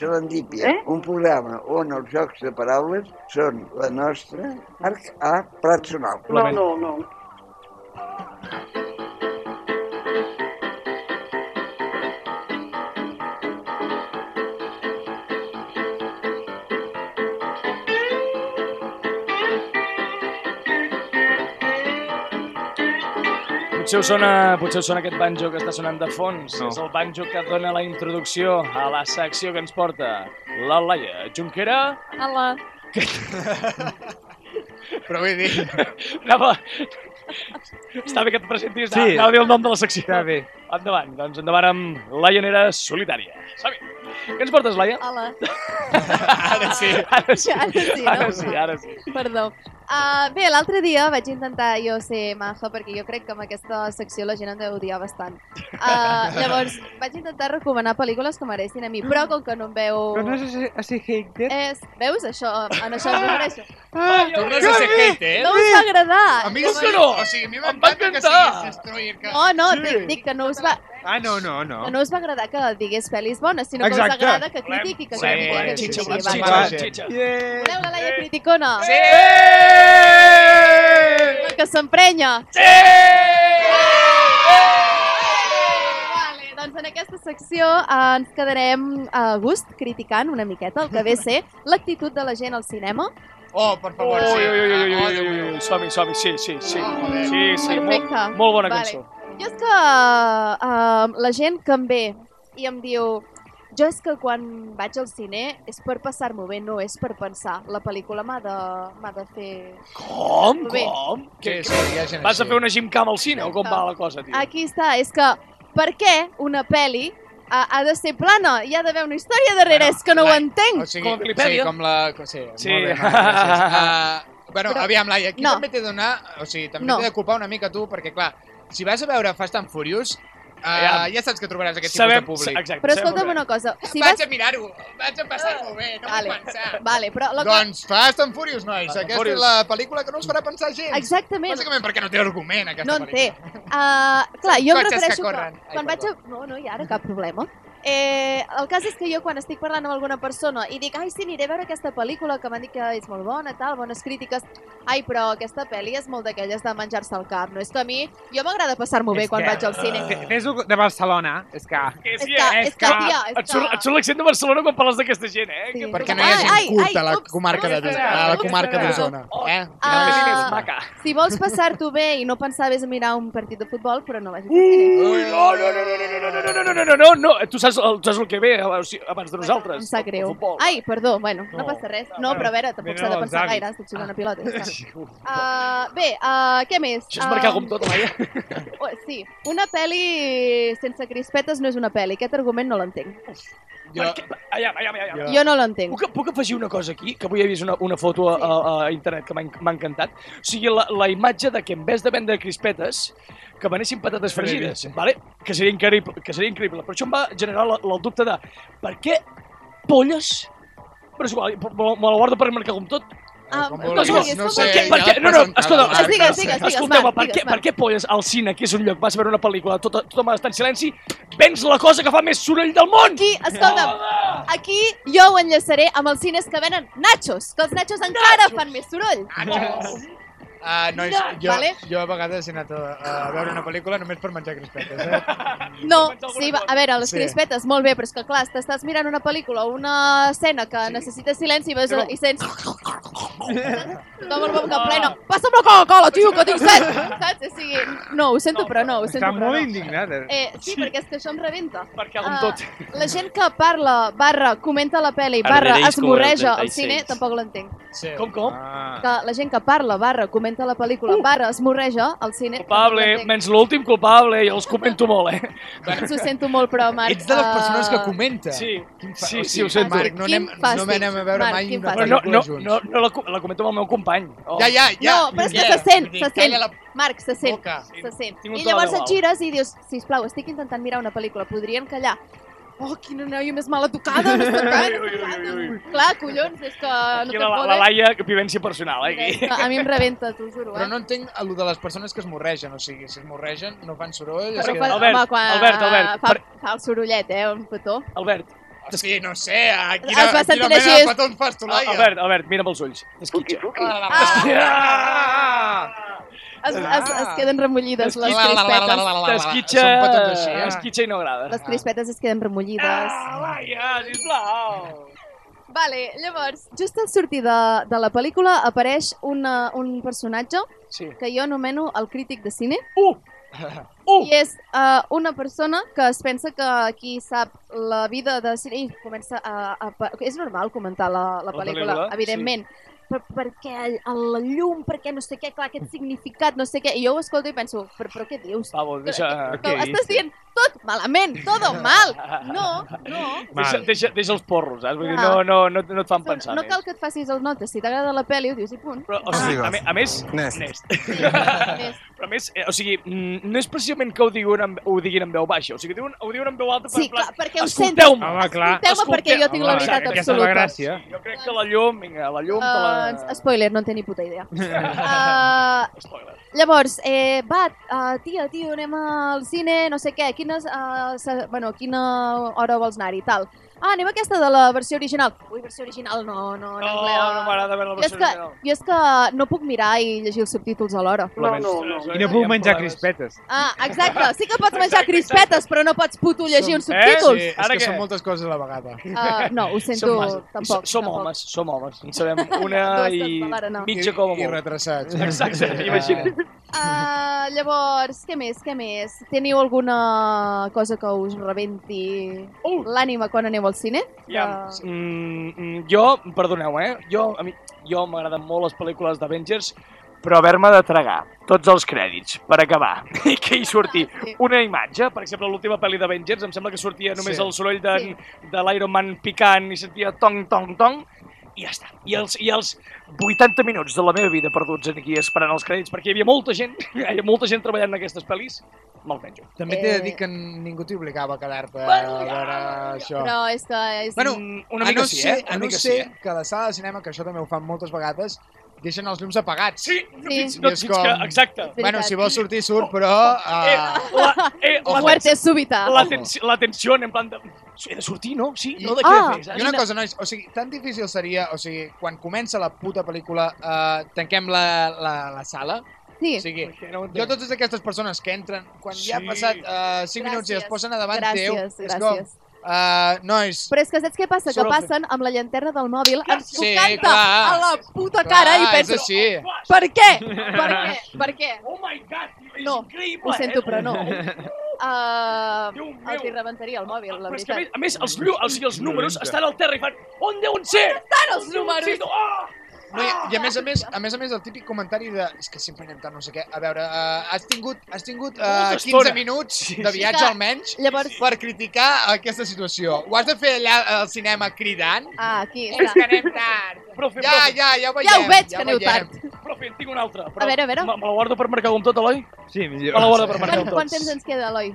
B: Serendípia,
G: Eh?
B: un programa on els jocs de paraules són la nostra arc a plat sonor.
G: No, no, no.
A: Potser us, sona, potser us sona aquest banjo que està sonant de fons.
D: No.
A: És el banjo que dona la introducció a la secció que ens porta la Laia Junquera.
E: Hola.
C: Però vull dir,
A: Anava... Està bé que et presentis, sí.
D: Sí.
A: anava a dir el nom de la secció.
D: Està bé.
A: Endavant, doncs endavant amb Laianera Solitària. Som-hi. Què ens portes, Laia?
E: Hola.
A: Ara sí.
E: Ara sí, no?
A: Ara sí, ara sí.
E: Perdó. Uh, bé, l'altre dia vaig intentar jo ser maja perquè jo crec que amb aquesta secció la gent em deu odiar bastant. Uh, llavors, vaig intentar recomanar pel·lícules que m'agressin a mi, però com que no em veu...
D: Però no és a ser hater?
E: És... Veus? Això, en això em refereixo.
D: eh? Ah,
C: Tornes a ser
A: ¿eh?
C: hater?
E: No us va agradar.
C: A mi
E: Llavors-
C: sí,
A: Ah, no?
C: O sigui, a mi
A: Em va
C: m'encanta que
A: encantar.
C: siguis destroyer. Que...
E: No, no, dic, dic que no us va...
D: ah, no, no, no.
E: que no us va agradar que digués pel·lis bones, sinó
D: Exacte.
E: que us agrada que critiqui, que
A: Sí,
E: critiqui,
C: volem
E: que
A: xitxa,
E: critiqui.
A: volem xitxa,
E: va, va.
A: volem
C: va.
A: xitxa.
D: Yeah.
E: Voleu la Laia criticona?
A: Sí!
E: La que s'emprenya?
A: Sí!
E: Vale, doncs en aquesta secció eh, ens quedarem eh, a gust criticant una miqueta el que ve a ser l'actitud de la gent al cinema.
C: Oh, per
A: Ui,
C: favor, sí.
A: ui, ui, ui,
C: Ah,
A: ui,
C: oh, Déu
A: ui,
C: meu.
A: ui, som-hi, som-hi, sí, sí, sí.
C: Joder.
A: Sí, sí, molt,
E: Perfecte.
A: molt bona
E: Ah, Vale.
A: cançó.
E: Jo és que uh, la gent que em ve i em diu jo és que quan vaig al cine és per passar-m'ho bé, no és per pensar. La pel·lícula m'ha de, m'ha de fer...
A: Com,
E: Bé.
A: com?
C: Sí,
A: Què,
C: sí, hi ha gent
A: Vas a
C: així.
A: fer una gimcam al cine o com va la cosa, tio?
E: Aquí està, és que per què una pel·li ha, ha de ser plana? Hi ha d'haver una història darrere,
C: Bueno,
E: és que no ho
C: la-
E: entenc!
C: O sigui,
A: Com a Wikipedia.
C: Sí, com la... com- Sí,
A: Sí.
C: molt bé, Marc, gràcies. Uh, bueno,
E: Però-
C: aviam, Laia, aquí
E: No.
C: també t'he de donar... O sigui, també
E: No.
C: t'he de culpar una mica tu, perquè, clar, si vas a veure Fast and Furious, uh,
A: Aviam.
C: ja saps que trobaràs aquest
A: Sabem,
C: tipus de públic.
A: exacte,
E: Però
A: sabem molt
E: escolta'm
A: bé.
E: una cosa, si
C: vaig
E: vas... Ah,
C: a mirar-ho, vaig a passar-m'ho bé, no vale.
E: Vale.
C: vull pensar.
E: Vale, però la cosa...
C: Doncs Fast and Furious, nois.
A: Fast and
C: Aquesta
A: Furious.
C: és la pel·lícula que no us farà pensar gens.
E: Exactament.
C: Bàsicament perquè no té argument, aquesta
E: No en té.
C: pel·lícula.
E: Uh, clar, jo em
C: Cotxes que
E: refereixo que,
C: corren. Ai,
E: quan vaig a... No, no hi ha ara cap problema. Eh, el cas és que jo quan estic parlant amb alguna persona i dic, ai, sí, aniré a veure aquesta pel·lícula que m'han dit que és molt bona, tal, bones crítiques. Ai, però aquesta pel·li és molt d'aquelles de menjar-se el cap, no? És que a mi, jo m'agrada passar-m'ho bé
D: És
E: quan
D: que-
E: vaig al cine.
D: Té- Tens un de Barcelona, és que...
A: Que
E: És
A: sí,
E: que,
A: eh?
E: és que, tia, és
A: Et surt,
E: que...
A: et surt l'accent de Barcelona quan parles d'aquesta gent, eh?
E: Sí.
A: Que-
C: Perquè no hi ha
E: Ai, ai,
C: gent culta a la
E: ai, ups,
C: comarca de-
E: ups,
C: a la
E: ups,
C: comarca
D: ups,
C: d'Osona.
A: ups.
C: Eh?
E: Ah.
A: Aquesta gent és maca.
E: Si vols passar-t'ho bé i no pensaves a mirar un partit de futbol, però no vagis al cine.
A: Ui, no, no, no, no, no, no, no, no, no, no, no, no, no, no, tu saps, el- tu saps el que ve eh, o sigui, abans de nosaltres.
E: Em sap
A: el- el
E: greu.
A: futbol.
E: Ai, perdó, bueno, no,
D: No.
E: passa res. No, però a veure, tampoc
D: Venen
E: s'ha de
D: els
E: pensar
D: avis.
E: gaire, estic jugant a pilota. ja està. Uh, bé, uh, què més?
A: Això és marcar
E: Ah,
A: com tot, Laia.
E: oh, Sí, una pel·li sense crispetes no és una pel·li. Aquest argument no l'entenc.
C: Jo,
A: Allà, allà, allà, allà.
E: Jo no l'entenc.
A: Puc, puc afegir una cosa aquí? Que avui he vist una, una foto a, a, a internet que m'ha en- m'ha encantat. O sigui, la, la imatge de que en vez de vendre crispetes, que venessin patates fregides, vale? que, seria increïble, que seria increïble. Però això em va generar la- la- el dubte de per què polles... Però és igual, me la- me la guardo per marcar com tot.
E: Ah,
C: com
A: No, és igual.
E: vulguis,
C: No
E: com
C: sé,
E: vulguis.
C: ja
A: per què?
C: l'has
A: No, no,
C: presentat,
A: escolta,
C: Marc,
E: digues,
C: no sé.
E: digues.
A: Escolteu,
E: Marc,
A: per,
E: digues,
A: què, per
E: Marc.
A: què polles al cine, que és un lloc, vas a veure una pel·lícula, tot, tothom està en silenci, vens la cosa que fa més soroll del món! Ah,
E: Aquí, escolta'm, aquí jo ho enllaçaré amb els cines que venen nachos, que els nachos encara fan més soroll.
C: Ah, nois,
E: No,
C: jo,
E: vale.
C: jo a vegades he anat a, a veure una pel·lícula només per menjar crispetes, eh?
E: No, sí, va, a veure, les
C: Sí.
E: crispetes, molt bé, però és que clar, t'estàs mirant una pel·lícula o una escena que necessita silenci i, veus, i sents... Tothom amb la boca plena. Passa'm la Coca-Cola, tio, que tinc set! Saps? O sigui, no, ho sento, però no, ho sento,
D: Està
E: però
D: molt
E: no.
D: indignada.
E: Eh, sí, perquè és que això em rebenta.
A: Perquè com
E: Ah,
A: tot.
E: La gent que parla, barra, comenta la pel·li,
J: Ara
E: barra,
J: veréis
E: es
J: com el
E: morreja al
J: 36.
E: cine, tampoc l'entenc.
C: Sí.
A: Com, com?
D: Ah.
E: Que la gent que parla, barra, comenta la pel·lícula, barra, es morreja al cine, tampoc
A: Culpable,
E: l'entenc.
A: menys l'últim culpable, jo els comento molt, eh?
E: Ho sento molt, però, Marc...
C: Ets de les persones que
E: eh,
C: comenta.
A: Sí,
C: Quin fa-
A: sí,
C: o
A: sí,
C: sigui,
A: ho sento.
C: Marc, no anem,
E: Quin
C: no
E: fàstic.
C: anem a veure
E: Marc,
C: mai
E: quin
C: una
A: Però no,
E: fàstic.
C: pel·lícula
A: no,
C: junts.
A: no, no la, co- la comento amb el meu company. Oh.
C: Ja, ja, ja.
E: no, però és que
C: ja.
E: se sent,
C: Vull dir,
E: se sent.
C: Calla la
E: Marc, se sent.
C: boca.
E: se sent.
A: Tinc un
E: I
A: to de
E: llavors
A: guau.
E: et gires i dius, sisplau, estic intentant mirar una pel·lícula, podrien callar. Oh, quina noia més mal educada, no sé
A: Ui, ui, ui,
E: què.
A: ui,
E: Clar, collons, és que no
A: Aquí
E: te
A: la, la, la
E: poden.
A: Laia, vivència personal, eh? Aquí.
E: A mi em rebenta, t'ho juro, eh?
C: Però no entenc el de les persones que es morregen, o sigui, si es morregen no fan soroll, es
E: Però
A: Sí,
E: fa,
C: queden...
A: Albert,
E: home, quan
A: Albert, Albert,
E: fa,
A: per-
E: fa el sorollet, eh, un petó.
A: Albert,
C: O sigui, no sé, a
E: Es va
C: quina, a
E: sentir
C: quina mena
E: així.
C: de petons fas tu, Laia?
A: Albert, Albert, mira'm els ulls. És
B: Puqui,
A: quitxa.
B: puqui.
C: Ah, la-
E: Ah,
D: Ah!
E: es, es, es queden remollides les
C: la- la- la- la- la- la-
E: crispetes.
C: la- la- la-
A: T'esquitxa,
C: Són petons així, eh?
A: esquitxa i no agrada.
E: Les crispetes es queden remollides.
A: Ah, Laia, sisplau!
E: Vale, llavors, just al sortir de, de la pel·lícula apareix una, un personatge
A: Sí.
E: que jo anomeno el crític de cine
A: Uh! Uh!
E: i és uh, una persona que es pensa que qui sap la vida de cine i comença a... a, pa- és normal comentar la, la,
A: La
E: pel·lícula,
A: pel·lícula,
E: evidentment. Per, per què el- la llum, per què no sé Ah, què, clar, aquest significat, no sé què. I jo ho escolto i penso, però, però què dius?
A: Pavo, deixa...
E: Com, estàs dient tot malament, todo mal. No, no.
A: Deixa, deixa, deixa els porros, saps? Vull dir,
E: Clar.
A: no, no, no, no et fan pensar
E: Ah. No
A: més.
E: cal que et facis els notes. Si t'agrada la pel·li, ho dius i punt.
A: Però, o sigui, a, me, a més... Nest. Nest. Però a més, eh, o sigui, mm, no és precisament que ho diguin amb, ho diguin amb veu baixa, o sigui, ho diuen, ho diuen amb veu alta per
E: Sí, clar, perquè ho
A: escolteu-me.
E: sento. Home, clar. Escolteu-me perquè jo tinc la veritat
A: exacte.
E: absoluta.
A: Sí, Jo crec que la llum, vinga, la llum te la...
E: Uh, spoiler, no en té ni puta idea. Uh, llavors, eh, va, uh, tia, tio, anem al cine, no sé què, quines, uh, se, bueno, quina hora vols anar-hi, tal. Ah, anem a aquesta de la versió original. Ui, versió original, no, no, en
A: No,
E: anglès.
A: Oh, no m'agrada veure la
E: Jo
A: versió
E: és que,
A: original.
E: Jo és que no puc mirar i llegir els subtítols alhora.
D: I
A: eh?
D: no puc menjar crispetes.
E: Ah, exacte, sí que pots menjar crispetes, però no pots puto llegir uns
C: Sí,
E: subtítols.
C: és que són moltes coses a la vegada.
E: Ah, no, ho
A: Eh,
E: sento,
A: Som mas-
E: tampoc,
A: Som
E: tampoc.
A: homes, som homes. En sabem una
E: Dues
A: i
E: alhora no.
A: mitja com a
C: I
A: molt.
C: retrasats.
A: Exacte, imagina't.
E: Uh, llavors, què més, què més? Teniu alguna cosa que us rebenti
C: Uh.
E: l'ànima quan aneu al cine?
A: Ja, mm, mm, jo, perdoneu, eh? Jo, a mi, jo m'agraden molt les pel·lícules d'Avengers, però haver-me de tragar tots els crèdits per acabar i que hi surti una imatge, per exemple, l'última pel·li d'Avengers, em sembla que sortia només
C: Sí.
A: el soroll de, de l'Iron Man picant i sentia tong, tong, tong, i ja està. I els, I els 80 minuts de la meva vida perduts aquí esperant els crèdits, perquè hi havia molta gent, hi havia molta gent treballant en aquestes pel·lis, me'l menjo.
C: També t'he de
E: Eh,
C: dir que ningú t'obligava a quedar-te Eh, a
A: Bueno, ja,
C: veure això.
E: Però és que... És...
C: Bueno,
A: una
C: a
A: mica
C: no
A: sí,
C: ser,
A: eh? Una
C: a no
A: mica sí,
C: ser
A: eh?
C: que a la sala de cinema, que això també ho fan moltes vegades, deixen els llums apagats.
A: Sí,
E: no Sí. fins-
A: no fins que- exacte. És
C: Bueno,
A: veritat.
C: si vols sortir, surt, però...
A: Eh,
C: Uh,
A: la, eh,
E: La muerte súbita.
A: La, tens la tensió, en plan de... He de sortir, no? Sí, no de què
E: Ah!
A: més?
C: I una cosa, nois, o sigui, tan difícil seria, o sigui, quan comença la puta pel·lícula, eh, tanquem la, la, la sala,
E: Sí.
C: O sigui, jo totes aquestes persones que entren, quan ja ha
A: Sí.
C: passat uh, 5 minuts i es
E: Gràcies,
C: posen a davant
E: gràcies,
C: teu,
E: gràcies.
C: és com, uh, nois,
E: Però és que saps què passa? Que
C: Solo-
E: passen amb la llanterna del mòbil, ens
C: Sí,
E: sí, canta
C: clar.
E: a la puta cara i
C: Clar,
E: penso...
C: És així.
E: Per què? Per què? Per què?
A: Oh my god, és
E: No,
A: increïble. eh?
E: ho sento, però no.
A: Déu
E: Uh,
A: meu.
E: els hi rebentaria el mòbil, la
A: Però és que a més,
E: veritat.
A: a més els, llu o sigui, els números estan al terra i fan... On deuen ser?
E: estan els
A: On deuen
E: números?
A: ser? Oh!
C: No, i, I a més a més, a més a més el típic comentari de és que sempre anem tard, no sé què. A veure, uh, has tingut, has tingut uh,
A: Molta
C: 15
A: estona.
C: minuts
A: sí.
C: de viatge
E: Clar.
C: almenys
E: Llavors-
C: per criticar aquesta situació. Ho has de fer allà al cinema cridant?
E: Ah, aquí
C: És
E: està.
C: que anem tard.
A: Profe,
C: Ja,
A: profe,
C: ja, ja ho veiem.
E: Ja ho veig, que
C: ho
E: aneu
C: veiem.
E: tard.
A: profe, en tinc una altra. Però
E: A veure, a veure.
A: Me, me la guardo per marcar com tot, Eloi?
D: Sí,
A: Me la guardo
D: millor.
A: per marcar
E: Quant,
A: com tot.
E: quant temps ens queda, Eloi?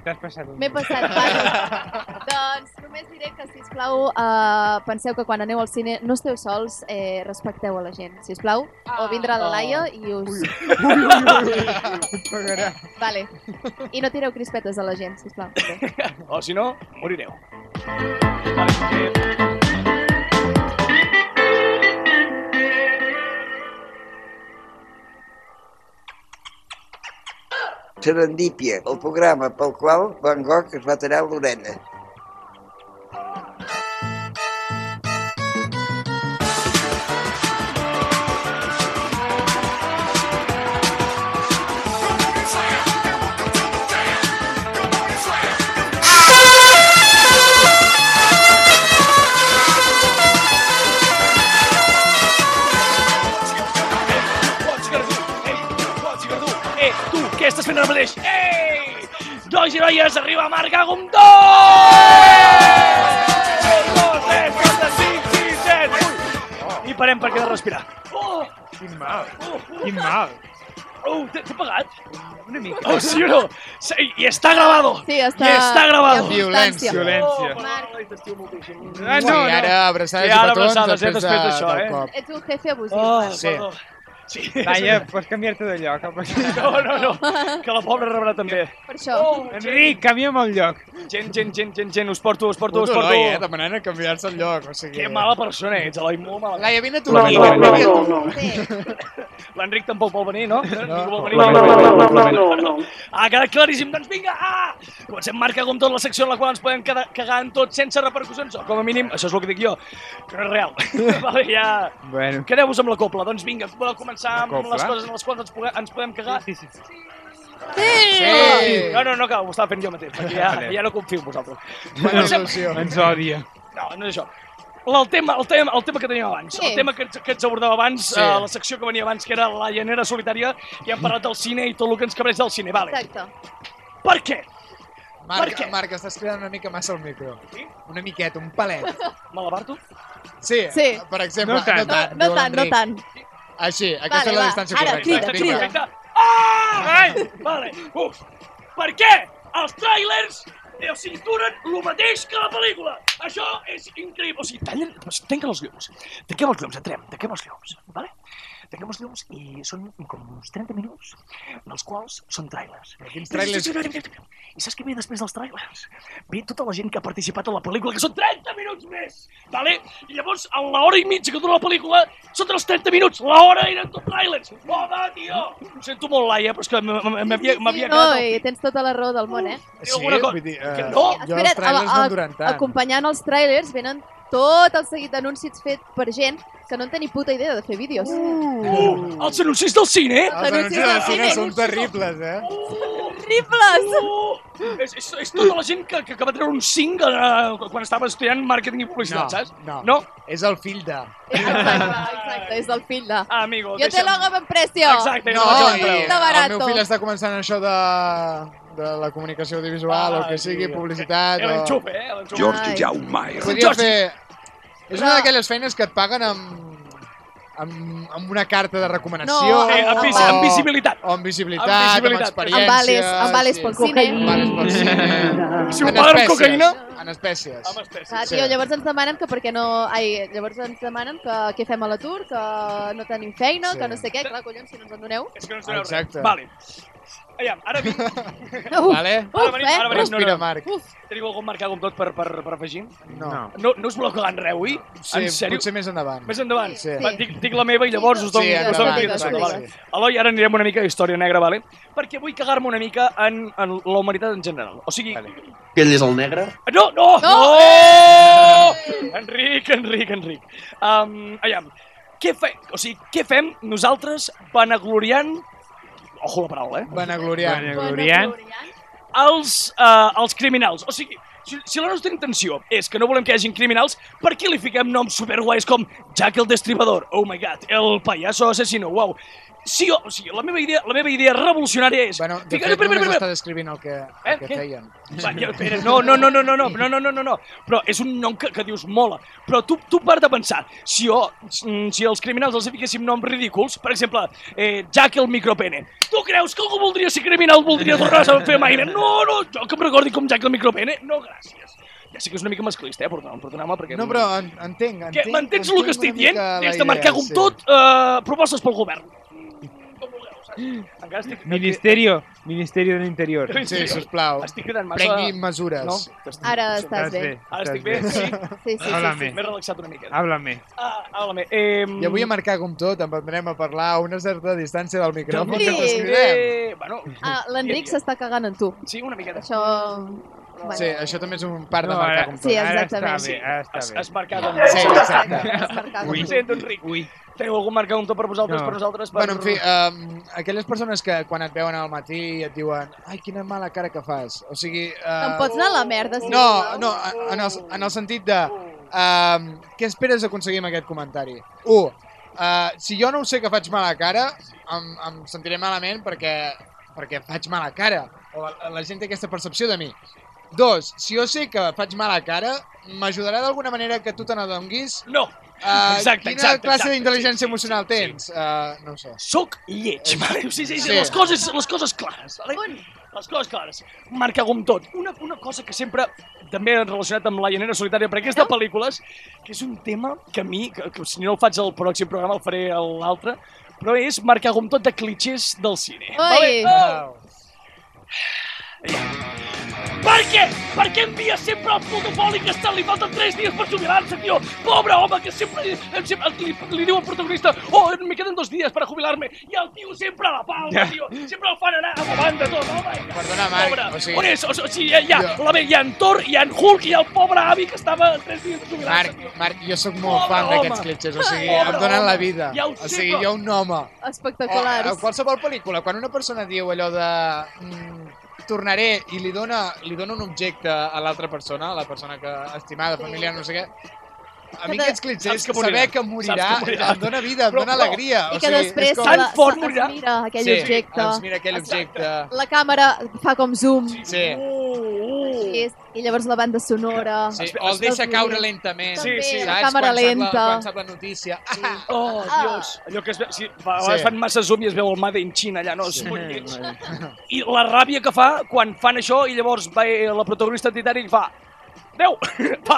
D: T'has passat un...
E: M'he passat, vale. doncs només diré que, sisplau, uh, penseu que quan aneu al cine no esteu sols, eh, respecteu a la gent, sisplau.
A: Ah,
E: O vindrà la Laia i us... Vale. I no tireu crispetes a la gent, sisplau. també.
A: O si no, morireu.
B: Serendípia, el programa pel qual Van Gogh es va tallar l'orella.
A: Eh, tu, què estàs fent ara mateix? Ei! Nois i noies, arriba Marc Agumdó! Un, dos, tres, quatre, cinc, sis, set, vuit. I parem perquè he de respirar. Oh,
D: Quin mal,
A: oh,
D: quin mal.
A: oh, t'he t'he pagat?
D: Una mica.
A: Oh, sí o no? Sí, I està gravado.
E: Sí, està...
A: I està gravado.
E: Hi ha
C: Violència.
E: constància.
D: Violència. Ah,
C: Sí, ara abraçades
A: Sí, ara
C: i petons
A: abraçades, eh,
C: després, de,
A: després d'això,
C: del
A: eh?
C: cop.
E: Ets un jefe abusiu.
A: Oh,
E: Marc.
C: Sí.
A: perdó. Sí.
D: Laia, pots canviar-te de lloc. Cap aquí.
A: No, no, no, que la pobra rebrà també.
E: Per això.
A: Oh.
D: Enric, canvia'm el lloc.
A: Gent, gent, gent, gent, gent, us porto, us porto, us
C: Puto noi, eh?
A: porto.
C: Demanant a canviar-se el lloc, o sigui...
A: Que mala persona ets, Eloi, molt mala.
C: Laia, vine tu
G: No,
C: una
G: no,
C: mica.
G: no, no, no.
E: Sí.
A: L'Enric tampoc vol venir, no? No, vol venir.
G: No, no, no, no, no, no, no.
A: Ha quedat claríssim, doncs vinga, ah! Comencem marca com tot la secció en la qual ens podem quedar, cagar en tot sense repercussions, o com a mínim, això és el que dic jo, que no és real. vale, ja...
D: Bueno.
A: Quedeu-vos amb la copla, doncs vinga, voleu començar
D: La
A: amb les
D: copla?
A: coses en les quals ens, puguem, ens podem cagar?
D: Sí, sí, sí.
C: Sí!
A: No, no, no cal, ho estava fent jo mateix, perquè ja, ja no confio en vosaltres.
C: Bona
A: Comencem,
C: solució.
D: Ens odia.
A: No, no és això. El tema, el, tema, el tema que teníem abans,
E: Sí.
A: el tema que, ens- que ens abordava abans,
C: Sí.
A: sí. uh, la secció que venia abans, que era la llanera solitària, i hem parlat del cine i tot el que ens cabreix del cine. Vale.
E: Exacte.
A: Per què?
C: Marc,
A: Per què?
C: Marc, estàs cridant una mica massa el micro. Sí? Una miqueta, un palet.
A: Me la parto?
C: Sí,
E: Sí.
C: per exemple.
D: No tant.
C: no tant,
E: No
C: diu
E: tant, no
C: l'Enric.
E: tant.
C: Així, aquesta
E: Vale,
C: és la
E: va,
C: distància
E: ara,
C: correcta.
E: crida,
C: Vinga.
E: crida.
A: Perfecte. Ah! Ai! Vale. Uf. Per què els trailers eh, o sigui, duren el mateix que la pel·lícula? Això és increïble. O sigui, tallen, o sigui, tanquen els llums. Tanquem els llums, entrem. Tanquem els llums, vale? Tanquem els llums i són com uns 30 minuts en els quals són trailers.
C: Quins trailers...
A: I saps què ve després dels trailers? Ve tota la gent que ha participat en la pel·lícula, que són 30 minuts més! Vale? I llavors, a l'hora i mitja que dura la pel·lícula, són els 30 minuts, l'hora eren tot trailers! Home, tio! Ho sento molt, Laia, però és que m- m- m'havia m'havia
E: no,
A: quedat...
E: i tens tota la raó del món, eh?
A: Diu alguna cosa.
C: vull dir, eh,
A: Que no.
C: jo els trailers no
E: a-
C: em duren tant.
E: acompanyant els trailers venen tot el seguit d'anuncis fet per gent que no en té ni puta idea de fer vídeos.
A: Uh, uh, els anuncis del cine!
C: Els anuncis de cine
E: cine.
C: són terribles, eh?
A: Uh,
E: Horribles!
A: uh, és, és, és tota la gent que, que, que va treure un single eh, quan estava estudiant màrqueting i publicitat, saps?
C: no,
A: No?
C: És el fill de...
E: Exacte, exacte, és el fill de...
A: Amigo,
E: Jo te
A: deixa'm-
E: lo hago en precio!
A: Exacte,
C: No,
A: no, no,
C: i
A: no,
E: i-
A: no.
E: barato.
C: el meu fill està començant això de, de la comunicació audiovisual, o el
A: Ai,
C: que sigui,
A: tio.
C: publicitat...
A: Era
C: O...
A: l'enxufe, eh? L'enxufe.
E: Ai.
J: Jordi Jaume.
C: Podria
A: Jordi.
C: fer... És una
E: Però-
C: d'aquelles feines que et paguen amb, amb, amb una carta de recomanació...
E: No,
A: Eh, amb, vis
C: o-
A: amb visibilitat.
C: O amb visibilitat,
A: Amb
C: amb,
A: visibilitat.
C: experiència...
E: Amb vales- amb vales pel cine.
C: Amb vales pel cine.
A: Si ho
C: En
A: paguen amb
C: espècies,
A: cocaïna?
C: En espècies.
A: Amb espècies.
E: Ah, tio, llavors ens demanen que per què no... Ai, llavors ens demanen que què fem a l'atur, que no tenim feina,
C: Sí.
E: que no sé què. Clar, collons, si no ens en doneu.
A: És que no ens doneu
C: Exacte.
A: res. Vale. Aviam, ara vinc.
E: Uf,
C: Vale?
A: Ara
E: uf,
A: venim,
E: eh?
A: ara venim.
E: Uf,
A: no,
C: Respira,
A: no.
C: Marc.
A: Teniu algun marcat com tot per, per, per afegir?
C: No. no.
A: No, no us bloqueu res avui?
C: Sí,
A: en sèrio?
C: potser més endavant.
A: Més endavant.
C: Sí.
A: Va, dic, dic la meva i llavors us dono,
C: Sí,
A: us dono
C: endavant,
A: vida sobre,
C: endavant,
A: vale. Eloi, ara anirem una mica a història negra, vale? perquè vull cagar-me una mica en, en la humanitat en general. O sigui...
C: Vale.
J: Que ell és el negre?
A: No, no!
E: No! Eh!
A: no! Enric, Enric, Enric. Um, aviam, què, fe... o sigui, què fem nosaltres vanagloriant... Ojo la paraula, eh?
C: Vanagloriant.
D: Gloriant.
A: als, uh, als criminals. O sigui, si, si la nostra intenció és que no volem que hi hagin criminals, per què li fiquem noms superguais com Jack el Destripador, oh my god, el payaso assassino, wow. Sí, o, o sigui, la meva idea, la meva idea revolucionària és...
C: Bueno, de
A: Fica-
C: fet,
A: espera, espera,
C: només
A: espera.
C: està descrivint el que, el
A: Eh,
C: que
A: què?
C: feien.
A: Va, ja, espera, no, no, no, no, no, no, no, no, no, no, no, però és un nom que, que dius mola, però tu, tu part de pensar, si, jo, mm, si els criminals els fiquéssim noms ridículs, per exemple, eh, Jack el micropene, tu creus que algú voldria ser criminal, voldria tornar a fer mai? No, no, jo que em recordi com Jack el micropene, no, gràcies. Ja sé que és una mica masclista, eh, perdona'm, perdona'm, perquè...
C: No, però en, entenc, entenc.
A: Que m'entens el que
C: entenc
A: estic
C: una
A: dient?
C: mica la
A: Tens de marcar
C: idea,
A: com
C: sí.
A: tot eh, propostes pel govern. Mm, Com vulgueu, saps? Encara estic...
D: Ministerio, Ministerio de l'Interior.
C: Sí, sisplau.
A: Estic quedant massa...
C: Prengui mesures.
A: No?
E: Ara
A: està...
E: estàs bé.
A: Ara estic bé, sí.
E: Sí, sí, sí.
D: Háblame,
A: M'he relaxat una mica.
D: háblame.
A: Ah, háblame. Eh,
C: I avui a marcar com tot, em vendrem a parlar a una certa distància del micròfon
E: Sí.
C: que t'escrivem.
A: eh, bueno,
E: Ah, L'Enric s'està cagant en tu.
A: sí, una miqueta.
E: Això... Bueno,
C: Sí, això també és un part de
D: No,
A: eh,
C: marcar
D: ara-
C: com tot.
E: Sí,
D: Ara està
E: exactament.
D: bé, ara està
A: Has,
D: bé.
A: has marcat un...
C: Sí, exacte.
E: has marcat
A: Ho
E: en tu.
A: sento, Enric. Ui. Teniu algun marcat un to per vosaltres,
D: No.
A: per nosaltres? Per...
C: Bueno, en fi, um, aquelles persones que quan et veuen al matí et diuen ai, quina mala cara que fas. O sigui... Uh,
E: Te'n pots anar a la merda, si
C: No, no, en el, en el sentit de... Um, què esperes aconseguir amb aquest comentari? Un, uh, si jo no ho sé que faig mala cara, em, em sentiré malament perquè, perquè faig mala cara. O la, la gent té aquesta percepció de mi. Dos, si jo sé que faig mala cara, m'ajudarà d'alguna manera que tu te n'adonguis
A: No,
C: uh,
A: Exacte,
C: quina
A: exacte,
C: classe
A: exacte. Sí, sí,
C: d'intel·ligència emocional
A: sí, sí.
C: tens. Uh, no ho sé.
A: sóc lleig, vale? O sigui, sí, sí,
C: Sí.
A: Les, coses, les coses clares, vale? Les coses clares. Marca com tot. Una, una cosa que sempre també he relacionat amb la llanera solitària per aquesta pel·lícules, que és un tema que a mi, que, que si no el faig al pròxim programa el faré a l'altre, però és marcar com tot de clitxers del cine.
E: Oi.
A: Per què? Per què envia sempre el protofoli que està, li falten 3 dies per jubilar-se, tio? Pobre home, que sempre, li, em- sempre li, li diu al protagonista oh, me queden dos dies per jubilar-me, i el tio sempre a la palma,
D: Ja.
A: tio. Sempre el fan anar avant de tot, home.
C: Perdona, Marc,
A: Pobre.
C: o sigui-
A: On és? O, o sigui, hi ha,
C: Jo-
A: la, ve- hi ha en Thor, hi ha en Hulk, hi ha el pobre avi que estava 3 dies per jubilar-se,
C: Marc,
A: tio.
C: Marc, jo sóc molt
A: Pobre
C: fan d'aquests
A: home.
C: clitxers, o sigui,
A: Pobre
C: em donen la
A: home.
C: vida.
A: Ja ho
C: o
A: sé,
C: sigui,
A: però-
C: jo un home.
E: Espectaculars.
C: O, Eh, a qualsevol pel·lícula, quan una persona diu allò de... Mm, tornaré i li dona, li dona un objecte a l'altra persona, a la persona que estimada,
E: Sí.
C: familiar, no sé què, a
E: Que
C: mi
E: de-
C: aquests clitxers,
A: Saps que morirà.
C: saber que
A: Saps
C: morirà,
A: que morirà.
C: em dona vida, em
A: Però-
C: dona
A: però-
C: alegria.
E: I
C: o
E: que
C: sigui,
E: després
C: és com...
E: se la,
A: Tan fort
E: se-
A: morirà.
E: es mira aquell
C: sí,
E: objecte.
C: Ens mira aquell
A: Exacte.
C: objecte.
E: La càmera fa com zoom.
C: Sí.
A: Uh, uh,
E: sis, i llavors la banda sonora...
C: Sí, o el deixa caure lentament.
E: Sí, sí.
C: Saps?
E: La càmera
C: quan sap
E: lenta.
C: La, quan sap la notícia. Sí.
A: Oh,
E: Ah.
A: Dios. Allò que es ve... Sí, fa, a vegades
C: Sí.
A: fan massa zoom i es veu el Made in China allà, no? Sí. I la ràbia que fa quan fan això i llavors va eh, la protagonista titani i fa... Déu! Va,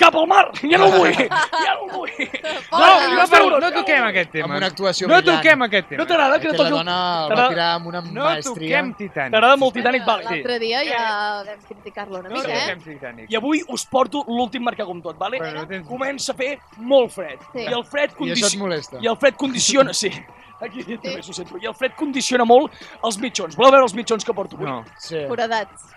A: cap al mar! Ja no ho vull! Ja no ho vull! No,
D: No, no,
A: no, no,
D: no toquem aquest tema.
C: Amb una actuació
D: No
C: brillant.
D: toquem aquest tema.
A: no t'agrada Ah, que
C: Que la
A: toqui...
C: dona el va
A: t'agrada-
C: tirar amb una
D: No
C: maestria.
D: toquem Titanic.
A: T'agrada molt Titanic? Vale. Sí.
E: L'altre dia ja vam criticar-lo una
D: No
E: mica, eh?
D: toquem Titanic.
A: I avui us porto l'últim marcar com tot, vale?
D: Bueno, no tens-
A: Comença a fer molt fred.
E: Sí.
A: I el fred
C: I això et
A: condiciona...
C: molesta.
A: I el fred condiciona... Sí. Aquí també s'ho sento. I el fred condiciona molt els mitjons. Voleu veure els mitjons que porto avui?
D: No.
C: Sí.
E: Foradats.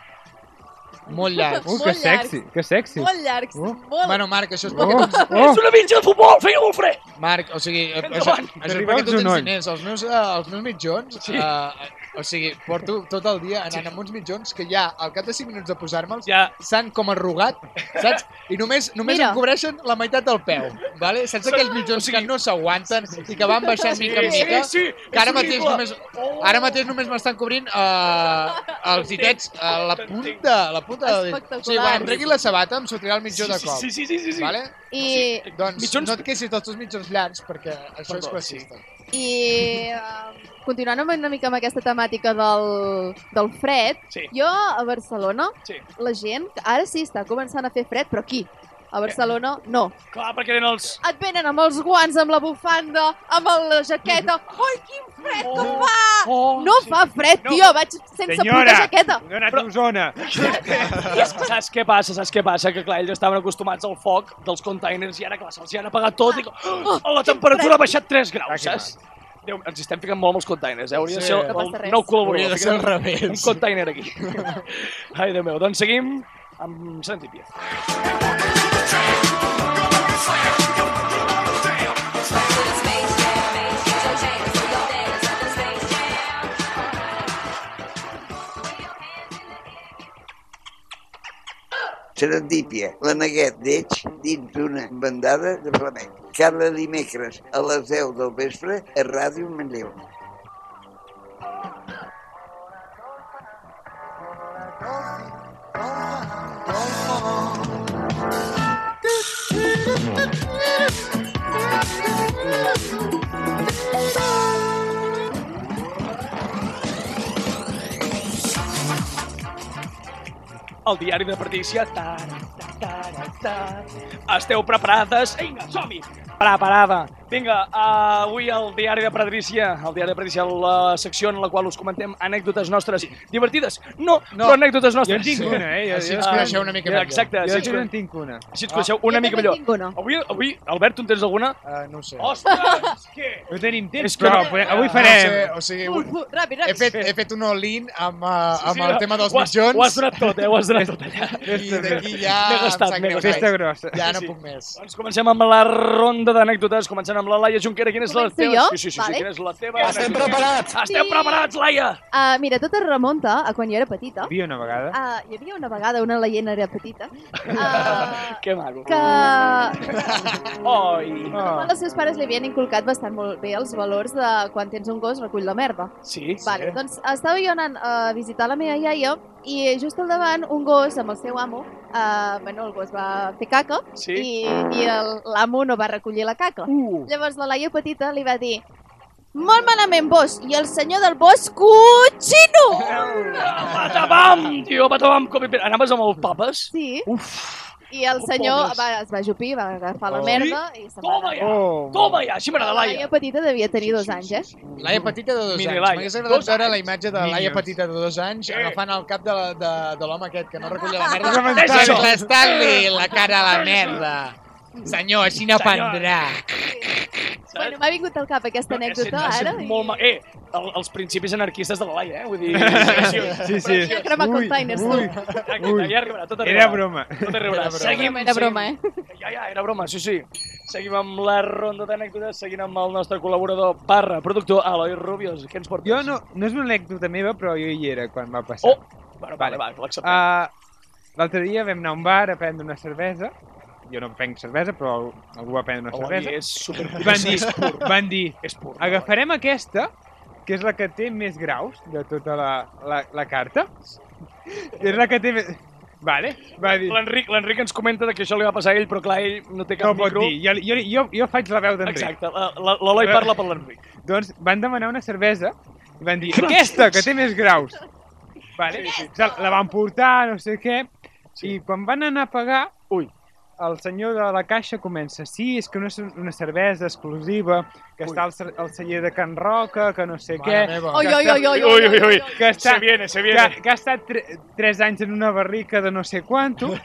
C: Molt llarg.
D: Uh,
E: Molt
D: que
E: llarg.
D: sexy, que sexy.
E: Molt llargs,
C: Uh.
D: Oh.
E: molt...
C: Bueno, Marc, això és
D: Oh,
C: perquè... tu-
D: oh,
A: És una mitja de futbol, feia molt fred!
C: Marc, o sigui, eh, això,
A: Endavant.
C: això és
D: Arriba
C: perquè
D: un
C: tu tens
D: genoll.
C: diners. Els meus, eh, els meus mitjons, sí. eh, o sigui, porto tot el dia anant amb uns mitjons que ja, al cap de 5 minuts de posar-me'ls,
A: Ja.
C: s'han com arrugat, saps? I només, només
E: Mira.
C: em cobreixen la meitat del peu, vale? Saps aquells mitjons que no s'aguanten i que van baixant mica en
A: sí,
C: mica?
A: sí,
C: que ara
A: és
C: mateix
A: horrible.
C: només, ara mateix només m'estan cobrint eh, els ditets a la punta, la punta del dit. O sigui, quan em tregui la sabata em sortirà el mitjó de cop.
A: Sí, sí, sí, sí, sí.
C: Vale?
E: I,
C: Doncs
A: Mitjons-
C: no et queixis dels teus mitjons llargs, perquè això
A: Perdó,
C: és classista.
E: i eh, continuant amb una mica amb aquesta temàtica del, del fred,
A: Sí.
E: jo a Barcelona,
A: Sí.
E: la gent, que ara sí està començant a fer fred, però aquí, a Barcelona, no.
A: Clar, perquè eren els...
E: Et venen amb els guants, amb la bufanda, amb el- la jaqueta... Ai, quin fred que
A: Mm-hmm. Oh,
E: fa!
C: Ah,
A: Oh,
E: No fa fred,
A: No.
E: tio! Vaig sense
D: Senyora,
E: puta jaqueta!
D: he donat a Osona.
A: Saps què passa? Saps què passa? Que clar, ells estaven acostumats al foc dels containers i ara, clar, se'ls hi han apagat
C: Ah.
A: tot i oh, la temperatura ha baixat 3
D: Ah,
A: graus,
D: que
A: saps? Déu, ens hi estem ficant molt amb els containers, eh? Hauria de
C: Sí.
A: ser el,
E: No
A: el,
E: passa res.
A: nou
C: Hauria
A: col·laborador.
C: de ser al
A: Un
C: revés.
A: container aquí. Ai, Déu meu. Doncs seguim amb Serendipia.
B: Serendípia, la neguet d'Eix dins d'una bandada de flamenc. Cada dimecres a les 10 del vespre a Ràdio Manlleu.
A: El diari de Patricia. Tara, tara, tara. Esteu preparades? Vinga, som-hi! Preparada. Vinga, uh, avui el diari de Patricia, el diari de Patricia, la secció en la qual us comentem anècdotes nostres divertides. No, no. però anècdotes
D: Jo
A: nostres.
D: en tinc una, eh? Jo,
C: Així ens
D: jo,
C: coneixeu una mica
A: Ja,
C: millor.
A: Exacte,
D: jo,
A: si ens,
D: jo en
A: coneixeu,
D: tinc una.
A: si ens coneixeu una
E: Jo
A: mica
E: també
A: millor.
E: tinc una.
A: Avui, avui, Albert, tu en tens alguna?
C: Uh, no ho sé.
A: Oh, Ostres, què?
D: No tenim temps,
A: És que
D: però
A: no-
D: podem- avui
A: no
D: farem...
C: No sé, o
E: Uf,
C: sigui,
E: uf, ràpid,
C: he
E: ràpid.
C: fet, he fet un all-in amb, uh, amb
A: Sí,
C: el tema dels
A: ho has-
C: mitjons
A: Ho has donat tot, eh? Ho has donat tot allà.
C: i d'aquí ja
A: M'he
C: em
A: gastat,
C: sap
A: m'he
C: greu.
A: gastat.
D: Festa
C: guys.
D: grossa.
C: Ja no
A: Sí, sí.
C: puc més.
A: Doncs comencem amb la ronda d'anècdotes. Comencem amb la Laia Junquera. Quina és la
E: Començo
A: teva?
E: jo?
A: Sí, sí, sí,
E: Vale.
A: sí. Quina és la teva?
E: Estem
A: anècdota?
F: preparats.
A: Esteu
E: Sí.
A: preparats, Laia?
E: Uh, mira, tot es remunta a quan jo era petita.
D: Vi una
A: Ah,
D: vegada.
E: Uh, hi havia una vegada una leyenda era petita uh,
A: Que maco.
E: que
A: Oi.
E: els seus pares li havien inculcat bastant molt bé els valors de quan tens un gos recull la merda.
A: Sí.
E: Vale, doncs estava jo anant a visitar la meva iaia i just al davant un gos amb el seu amo, uh, bueno, el gos va fer caca
A: Sí.
E: i, i el- l'amo no va recollir la caca.
A: Uh.
E: Llavors la Laia petita li va dir molt malament vos i el senyor del bosc cochino!
A: Patapam, tio, patapam. Com... Anaves amb els papes?
E: Sí.
A: Uf.
E: I el
A: Oh,
E: senyor
A: pobres.
E: va, es va ajupir, va agafar la
D: Oh.
E: merda i se'n va
A: Toma
E: anar.
A: ja.
D: Oh,
A: Toma ja. Així m'agrada,
E: Laia
A: Laia.
E: petita devia tenir dos anys, eh?
C: Laia petita de dos
A: Mini
C: anys.
A: Laia.
C: M'hagués
A: Dos
C: agradat veure la
A: anys.
C: imatge de Laia
D: Minions.
C: petita de dos anys
A: Eh.
C: agafant el cap de, la- de, de l'home aquest que no recollia la merda.
D: Rebentar-li.
C: Doncs L'estat-li la cara a la merda. Senyor, així no
A: Senyor.
C: prendrà.
E: Bueno, m'ha vingut al cap aquesta anècdota
A: ha
E: ara.
A: Sigut
E: i-
A: molt ma... Eh, el, els principis anarquistes de la Laia, eh? Vull dir... Sí,
D: Sí, sí.
E: Volia cremar containers, tu.
D: ui.
A: Tranquil, ja arribarà, tot arribarà.
D: Era broma.
A: Tot arribarà.
C: Era broma.
A: Seguim,
E: Era
A: seguim.
E: broma, eh?
A: Ja, ja, era broma, sí, sí. Seguim amb la ronda d'anècdotes, seguint amb el nostre col·laborador barra productor Eloi Rubios. Què ens portes?
D: Jo no... No és una anècdota meva, però jo hi era quan va passar.
A: Oh, bueno, vale,
D: Vale.
A: va, l'acceptem.
D: Ah, L'altre dia vam anar a un bar a prendre una cervesa. Jo no prenc cervesa, però algú va prendre una
A: Eloi
D: cervesa.
A: és super...
D: I van dir, van dir,
A: És pur.
D: agafarem aquesta, que és la que té més graus de tota la, la, la carta. És la que té més... Vale, va dir...
A: L'Enric l'Enric ens comenta de que això li va passar a ell, però clar, ell no té
D: No
A: cap
D: pot
A: micro.
D: dir. Jo, jo, jo, jo faig la veu d'Enric.
A: Exacte, la- la- l'Eloi parla per l'Enric.
D: Doncs van demanar una cervesa i van dir, aquesta, que té més graus. Vale? Sí, sí. La van portar, no sé què, sí. i quan van anar a pagar, ui, el senyor de la caixa comença, sí, és que no és una cervesa exclusiva, que ui. està al, ce- al celler de Can Roca, que no sé
C: Mare
D: què...
C: meva.
D: que
E: Oi, oi,
D: està-
E: oi, oi, ui, ui, ui.
D: Que està,
A: Se viene, se viene.
D: que, que ha estat tre, tres anys en una barrica de no sé quanto.
A: Ui,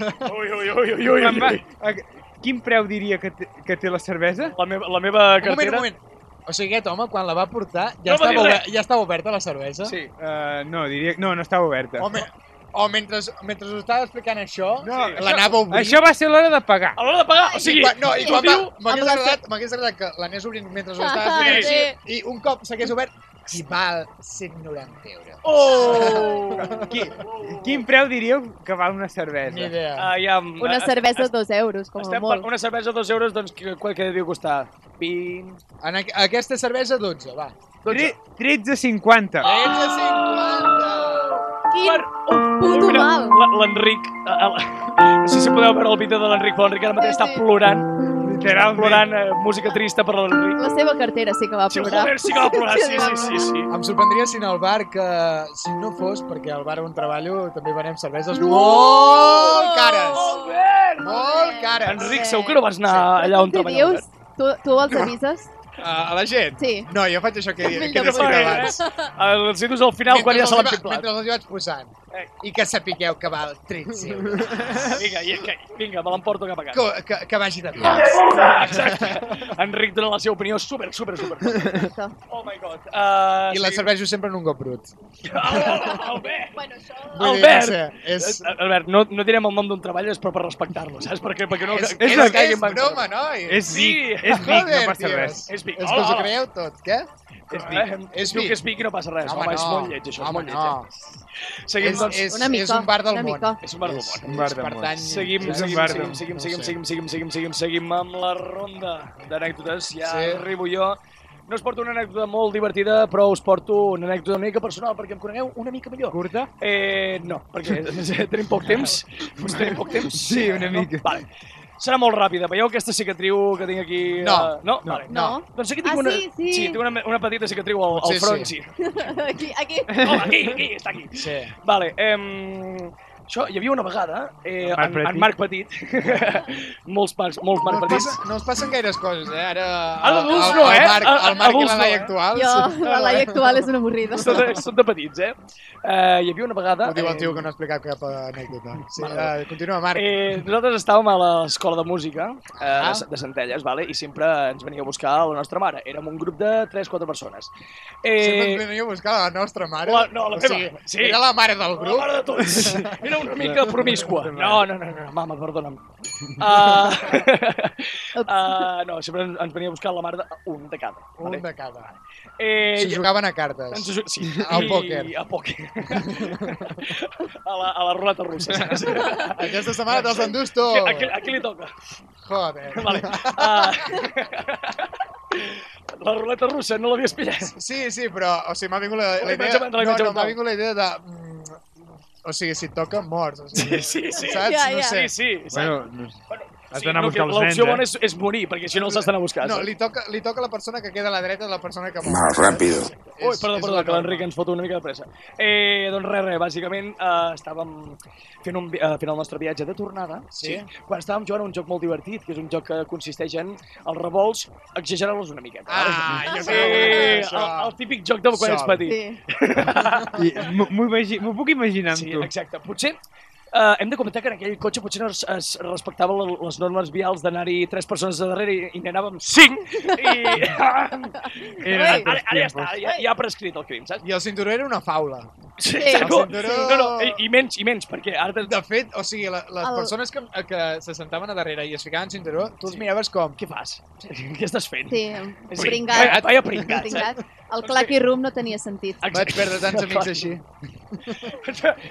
A: ui, ui, ui, ui,
D: Quan va,
A: ui.
D: a, quin preu diria que, té- que té la cervesa?
A: La meva, la meva
C: Un moment, un
A: cartera...
C: moment. O sigui, aquest home, quan la va portar,
A: No
C: ja, no
A: va dir
C: estava,
A: res.
C: oberta, ja estava oberta la cervesa?
A: Sí.
D: Uh, no, diria... No, no estava oberta.
C: O, me, o mentre, mentre us estava explicant això,
D: No,
C: no, eh,
D: sí.
C: l'anava a obrir.
D: Això va ser l'hora de pagar.
A: A l'hora de pagar, o
C: I
A: sigui,
C: quan, no, i quan va,
A: diu...
C: m'hagués
E: amb la
C: agradat, m'hagués agradat que l'anés obrint mentre us ho
E: Ah,
C: estava fent
A: sí.
C: així, i un cop s'hagués obert, i val 190 euros.
A: Oh!
D: Qui, quin preu diríeu que val una cervesa?
C: Ni idea.
A: Ah, ja, em-
E: Una
A: es-
E: cervesa
A: es-
E: de 2 euros, com a
A: Estem per
E: molt.
A: una cervesa a 2 euros, doncs que, qual que deu costar? 20...
C: En aqu aquesta cervesa, 12, va.
D: Tre- 13,50.
C: Ah, 13,50!
E: Quin puto
A: Mira,
E: mal!
A: l- L'Enric... eh, el- No sé si podeu veure el vídeo de l'Enric, però l'Enric ara mateix
E: Sí,
A: està
E: sí.
A: plorant,
D: Literalment.
A: plorant eh, música trista per a l'Enric.
E: La seva cartera sí que va
A: Sí,
E: plorar.
A: joder, sí que va plorar, sí, sí, sí. sí.
C: Em sorprendria si en el bar que, si no fos, perquè al bar on treballo també venem cerveses
E: Oh!
C: molt Oh, cares. Molt bé! Molt cares.
A: Enric, segur que no vas anar allà on eh?
E: Què
A: treballava?
E: dius? Tu, tu els avises?
C: A, a la gent?
E: Sí.
C: No, jo faig això que,
E: Millor
C: que he dit
E: no.
C: abans.
A: Eh, Els hi dius al final quan ja se
C: els hi
A: l'han
C: va-
A: piplat.
C: Mentre els hi vaig posant. I que sapigueu que val 13 euros.
A: Vinga, i- que, vinga, me l'emporto cap a casa.
C: Que, que, que vagi de pla.
A: Exacte. Enric dona la seva opinió super, super, super.
E: Exacte.
A: Oh my god. Uh,
C: I la serveixo sempre en un got brut.
A: Albert!
E: Bueno, això...
C: Vull
A: Albert!
C: dir,
A: Eh,
C: no sé, és...
A: Albert, no, no direm el nom d'un treball, és però per respectar-lo, saps? Perquè, perquè no,
C: És, és,
A: que
C: és,
A: no
C: que és
A: caiguin bancs.
C: broma, noi.
D: És Vic,
A: Sí.
D: és Vic, no passa
C: tios.
D: res.
A: És Vic.
C: És que
A: Hola,
C: us ho
A: hola.
C: creieu tot, què?
A: És
D: Vic.
A: Es
C: És
A: diu
C: Vic.
A: que és Vic i no passa res. Home, és molt lleig, això.
C: Home,
A: és molt lleig. Eh? Seguim,
C: és,
A: doncs.
C: és,
E: Una mica,
C: és un bar del
E: una
C: món.
E: mica.
A: És un bar del món.
D: Un bar del món.
C: Pertany,
A: Seguim,
D: És un
A: seguim,
D: bar del
A: seguim,
D: món.
A: seguim,
C: No
A: seguim,
C: sé.
A: seguim, seguim, seguim, seguim, seguim amb la ronda d'anècdotes. Ja sí.
C: Sí.
A: arribo jo. No us porto una anècdota molt divertida, però us porto una anècdota una mica personal, perquè em conegueu una mica millor.
D: Curta?
A: Eh, no, perquè tenim poc temps. Us tenim poc temps?
D: Sí, una mica.
A: No? Vale. Serà molt ràpida. Veieu aquesta cicatriu que tinc aquí?
C: No.
A: eh, no?
C: No.
A: Vale.
E: No.
A: Doncs aquí
E: Ah,
A: tinc una...
E: sí, sí.
A: sí, tinc una, una petita cicatriu al, al
C: Sí, sí.
A: front, sí. sí.
E: Aquí, aquí.
A: Oh, aquí, aquí, està aquí.
C: Sí.
A: Vale, ehm, això, hi havia una vegada, eh,
D: En Marc
A: en, en Marc Petit, molts, Marcs, molts
C: No
A: Marc
C: us,
A: Petits,
C: passa, no us passen gaires coses, eh? Ara,
A: Ara
C: el,
A: d'adults
C: el,
A: no, eh?
C: el Marc,
A: A- a-
C: el Marc i
A: adults
C: la
A: no,
C: Laia
A: eh?
C: actuals.
E: Jo, la Laia actual és una avorrida.
A: són de, són de petits, eh? eh? Hi havia una vegada...
C: Ho diu el
A: eh,
C: tio que no ha explicat cap anècdota. Sí, eh, continua, Marc.
A: Eh, nosaltres estàvem a l'escola de música eh,
C: Ah.
A: de, de Centelles, vale? i sempre ens venia a buscar la nostra mare. Érem un grup de 3-4 persones.
C: Sempre
A: Eh,
C: ens venia a buscar la nostra mare.
A: La- no, la
C: o
A: meva,
C: sigui,
A: sí.
C: Era la mare del
A: la
C: grup.
A: mare de tots. Era una mica promiscua. No, no, no, no, mama, perdona'm. Uh, uh, no, sempre ens- ens venia a buscar la mare de, un de cada.
C: Un
A: Vale?
C: de cada.
A: Eh,
C: Si jugaven a cartes.
A: Ens ho ju- sí,
C: Al
A: i-
C: pòquer.
A: A pòquer. a, la, a la ruleta russa, saps?
C: Aquesta setmana te'ls endús
A: A qui-
C: tot.
A: A, qui, a qui li toca?
C: Joder.
A: Vale. Uh, la ruleta russa no l'havies pillat.
C: Sí, sí, però o sigui, m'ha vingut la,
A: La
C: la
A: imatge
C: idea...
A: mental, la
C: No,
A: imatge
C: no, m'ha
A: mental.
C: vingut la idea de... mm, O sigui, si et toca, morts. O sigui,
A: Sí, sí.
C: Saps?
E: Ja,
C: No
E: ja.
A: Sí,
C: sé.
A: sí. saps?
D: Bueno, no sé. Has d'anar a
A: no, que
D: buscar els nens,
A: L'opció bona
D: eh?
A: és, és morir, perquè si no els has d'anar a buscar.
C: No,
A: saps?
C: li toca, li toca la persona que queda a la dreta de la persona que mor.
H: Más rápido.
A: Ui, perdó, perdó, que l'Enric ens fot una mica de pressa. Eh, doncs res, res, bàsicament eh, estàvem fent, un, vi- eh, fent el nostre viatge de tornada,
C: Sí.
A: quan estàvem jugant a un joc molt divertit, que és un joc que consisteix en els revolts, exagerar-los una miqueta.
C: Ah, jo
A: sí,
C: crec que
A: el,
C: això.
A: el típic joc de quan ets
C: Sol.
A: petit.
E: Sí.
D: I m'ho- M'ho imagi- m'ho puc imaginar amb
A: Sí,
D: tu.
A: exacte. Potser Uh, hem de comentar que en aquell cotxe potser no es, es respectava la- les normes vials d'anar-hi tres persones a darrere i, i n'anàvem cinc i... ara,
D: Eren
E: Ui.
A: ara
D: altres
A: ja
D: tiempos.
A: està, ja, ja ha prescrit el crim, saps?
C: I el cinturó era una faula.
A: Sí,
E: Sí,
A: no,
C: el cinturó-
A: no, no, i, i menys, i menys, perquè ara...
C: De fet, o sigui, la, les
E: El-
C: persones que, que se sentaven a darrere i es ficaven cinturó, tu els miraves com...
A: Què fas? Què estàs fent?
E: Sí,
A: Sí, Eh,
E: pringat.
A: Vaya, vaya pringat.
E: pringat. El clacky room no tenia sentit.
C: Vaig perdre tants amics així.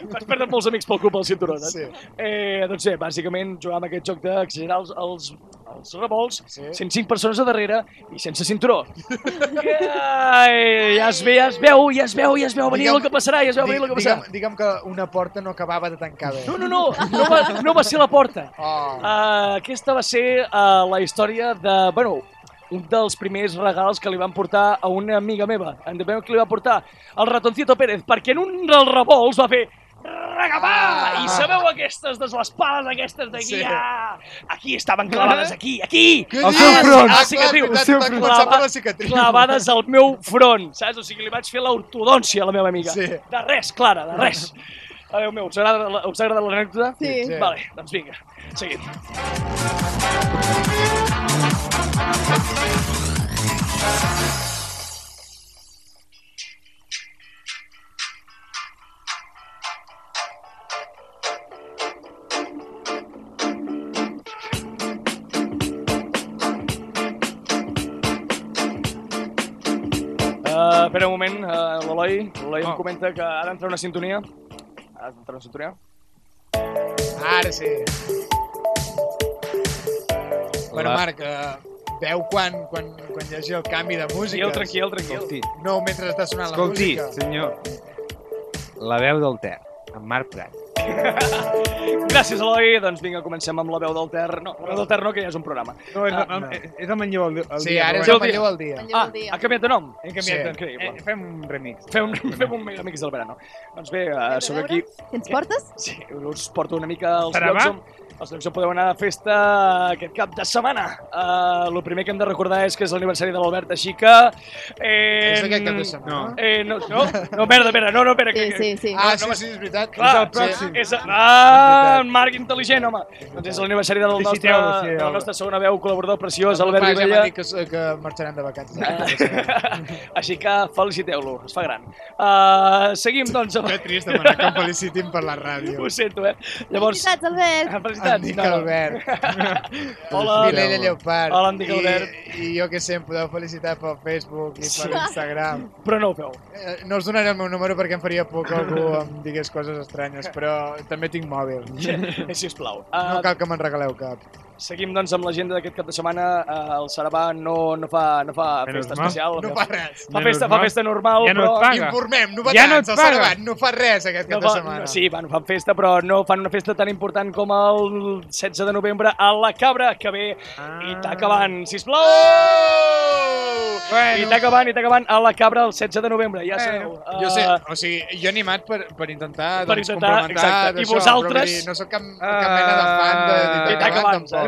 A: Vas perdre molts amics pel club al cinturó, saps?
C: Sí.
A: Eh, doncs sí, bàsicament jugar amb aquest joc d'exagerar els, els, els revolts,
C: Sí.
A: 105 persones a darrere i sense cinturó. Ai, ja es ve, ja es veu, ja es veu, ja es veu venir
C: Digue'm-
A: el que passarà, ja es veu venir el que
C: digue'm,
A: passarà.
C: digue'm que una porta no acabava de tancar bé.
A: No, no, no, no va, no va ser la porta.
C: Oh.
A: Uh, aquesta va ser uh, la història de... Bueno, un dels primers regals que li van portar a una amiga meva. Endeveu qui li va portar? El ratoncito Pérez, perquè en un dels revolts va fer... Regapà!
C: Ah.
A: I sabeu aquestes de les pales aquestes d'aquí?
C: Sí. Eh?
A: Sí. Ah, aquí estaven clavades, aquí, aquí!
C: Què
D: El
C: dius?
D: seu front.
A: Ah,
C: Ah,
A: sí que
C: clar,
A: diu,
C: veritat,
D: el seu
C: va
D: front.
C: començar per la
A: Clava-
C: cicatriu.
A: clavades al meu front, saps? O sigui, li vaig fer l'ortodòncia a la meva amiga.
C: Sí.
A: De res, Clara, de res. Adéu meu, us agrada, la- us agrada l'anècdota?
E: Sí.
C: Sí.
A: Vale, doncs vinga, seguim. Uh, espera un moment, uh, l'Eloi. L'Eloi em
D: Oh.
A: comenta que ha d'entrar una sintonia. Ha d'entrar una sintonia.
C: Ara sí. Bueno, Marc, eh, veu quan, quan, quan hi hagi el canvi de música.
A: Tranquil, tranquil, tranquil.
D: Escolti,
C: No, mentre està sonant
D: escolti,
C: la música.
D: senyor. La veu del Ter, en Marc Prat.
A: Gràcies, Eloi. Doncs vinga, comencem amb la veu del Ter. No, la veu del Ter no, que ja és un programa.
D: No, és,
A: Ah,
D: el,
C: no.
D: és el Manlleu el, el
C: Sí,
D: dia.
C: ara
D: però
C: és
A: Déu
C: el
D: bueno,
A: dia.
C: Manlleu al dia.
E: Manlleu
A: Ah,
E: el dia.
A: ha canviat de nom.
D: He canviat
C: Sí.
D: sí.
A: Increïble.
D: Eh, fem un remix.
A: Fem un, fem un mega amics del verano. Doncs bé, uh,
E: Vés a
A: sóc
E: veure.
A: aquí.
E: Que ens portes?
A: Sí, us porto una mica als
D: Serà
A: llocs
D: va?
A: on, els llocs on podeu anar a festa aquest cap de setmana. El uh, primer que hem de recordar és que és l'aniversari de l'Albert, així que... Eh,
C: És aquest cap de setmana.
D: No.
A: Eh, no, no, no, merda, espera, no, no, espera.
E: Sí,
A: que-
E: sí, sí.
C: Ah,
A: no
C: sí,
A: va-
C: sí, és veritat.
A: Clar,
C: és el pròxim.
A: És, ah,
C: veritat.
A: en Marc intel·ligent, home. Doncs és l'aniversari del nostre,
D: Feliciteu-lo, sí,
A: de la
D: Albert.
A: nostra segona veu, col·laborador preciós,
C: El meu
A: Albert Ah.
C: pare ja
A: Rivella.
C: m'ha dit que, que marxarem de vacances.
A: Així que feliciteu-lo, es fa gran. Uh, seguim, doncs, amb...
C: Que trist demanar que em felicitin per la ràdio.
A: Ho sento, eh? Llavors...
E: Felicitats, Albert.
A: Felicitats.
C: Enric
A: no, no.
C: Albert.
A: Hola.
C: Vilella Lleopard.
A: Hola, Enric
C: I-
A: Albert.
C: I, jo què sé, em podeu felicitar pel Facebook i
A: Sí.
C: per Instagram.
A: Però no ho feu.
C: Eh, No us donaré el meu número perquè em faria por que algú em digués coses estranyes, però també tinc mòbil.
A: Eh, sisplau.
C: No
A: Uh,
C: cal que me'n regaleu cap.
A: seguim, doncs, amb l'agenda d'aquest cap de setmana. Uh, el Sarabà no, no fa, no fa
D: Menys
A: festa
D: mal.
A: especial.
C: No fa res.
A: fa
D: Menys
A: festa, fa
D: mal.
A: festa normal,
D: Ja no
A: però...
D: et paga.
C: Informem, novetats,
D: Ja no et
C: el
D: paga.
C: Sarabà no fa res aquest
A: No
C: cap de
A: fa,
C: setmana.
A: no, sí, bueno, fan festa, però no fan una festa tan important com el 16 de novembre a la Cabra, que ve i
D: Ah.
A: està acabant, sisplau! I està acabant, i està acabant a la Cabra el 16 de novembre, ja sabeu.
C: Jo sé,
A: Eh,
C: o sigui, jo he animat per, per intentar,
A: Per
C: doncs,
A: intentar,
C: complementar
A: exacte. I
C: d'això,
A: vosaltres?
C: però vull dir, no sóc cap, cap mena de fan de,
D: Ah,
C: de,
A: i t'acabant,
C: Tagalant,
A: saps?
C: tampoc.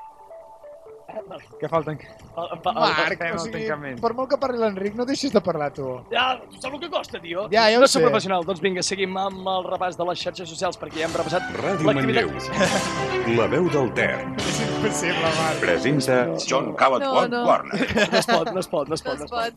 D: Que falten...
A: El, el, el, el,
C: Marc,
D: fem
C: o
D: el
C: sigui,
D: tancament.
C: per molt que parli l'Enric, no deixis de parlar tu.
A: ja, saps el que costa, tio?
C: Ja, ja ho
A: no sóc
C: sé.
A: professional. Doncs vinga, seguim amb el repàs de les xarxes socials, perquè ja hem repassat
J: Ràdio Manlleu. La veu del Ter.
C: És impossible, Marc.
J: Presenta
H: John Coward
E: No, no.
H: Warner.
A: No es pot, no es pot, no es pot.
E: No es pot.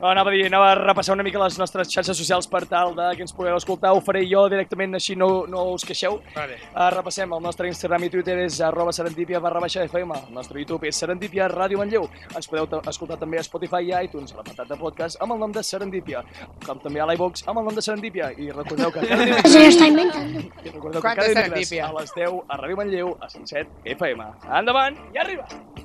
A: No, anava a dir, anava a repassar una mica les nostres xarxes socials per tal de que ens pugueu escoltar. Ho faré jo directament, així no, no us queixeu.
D: Vale.
A: Uh, repassem, el nostre Instagram i Twitter és arroba serendipia barra baixa FM, el nostre YouTube és serendipia ràdio Manlleu. Ens podeu ta- escoltar també a Spotify i iTunes, a l'apartat de podcast, amb el nom de serendipia, com també a l'iVox amb el nom de serendipia. I recordeu que cada dimecres,
I: Se lo está inventando.
A: i recordeu que
C: Quanta
A: cada dimecres
C: Serendipia.
A: a les 10 a Ràdio Manlleu, a 107 FM. Endavant i arriba!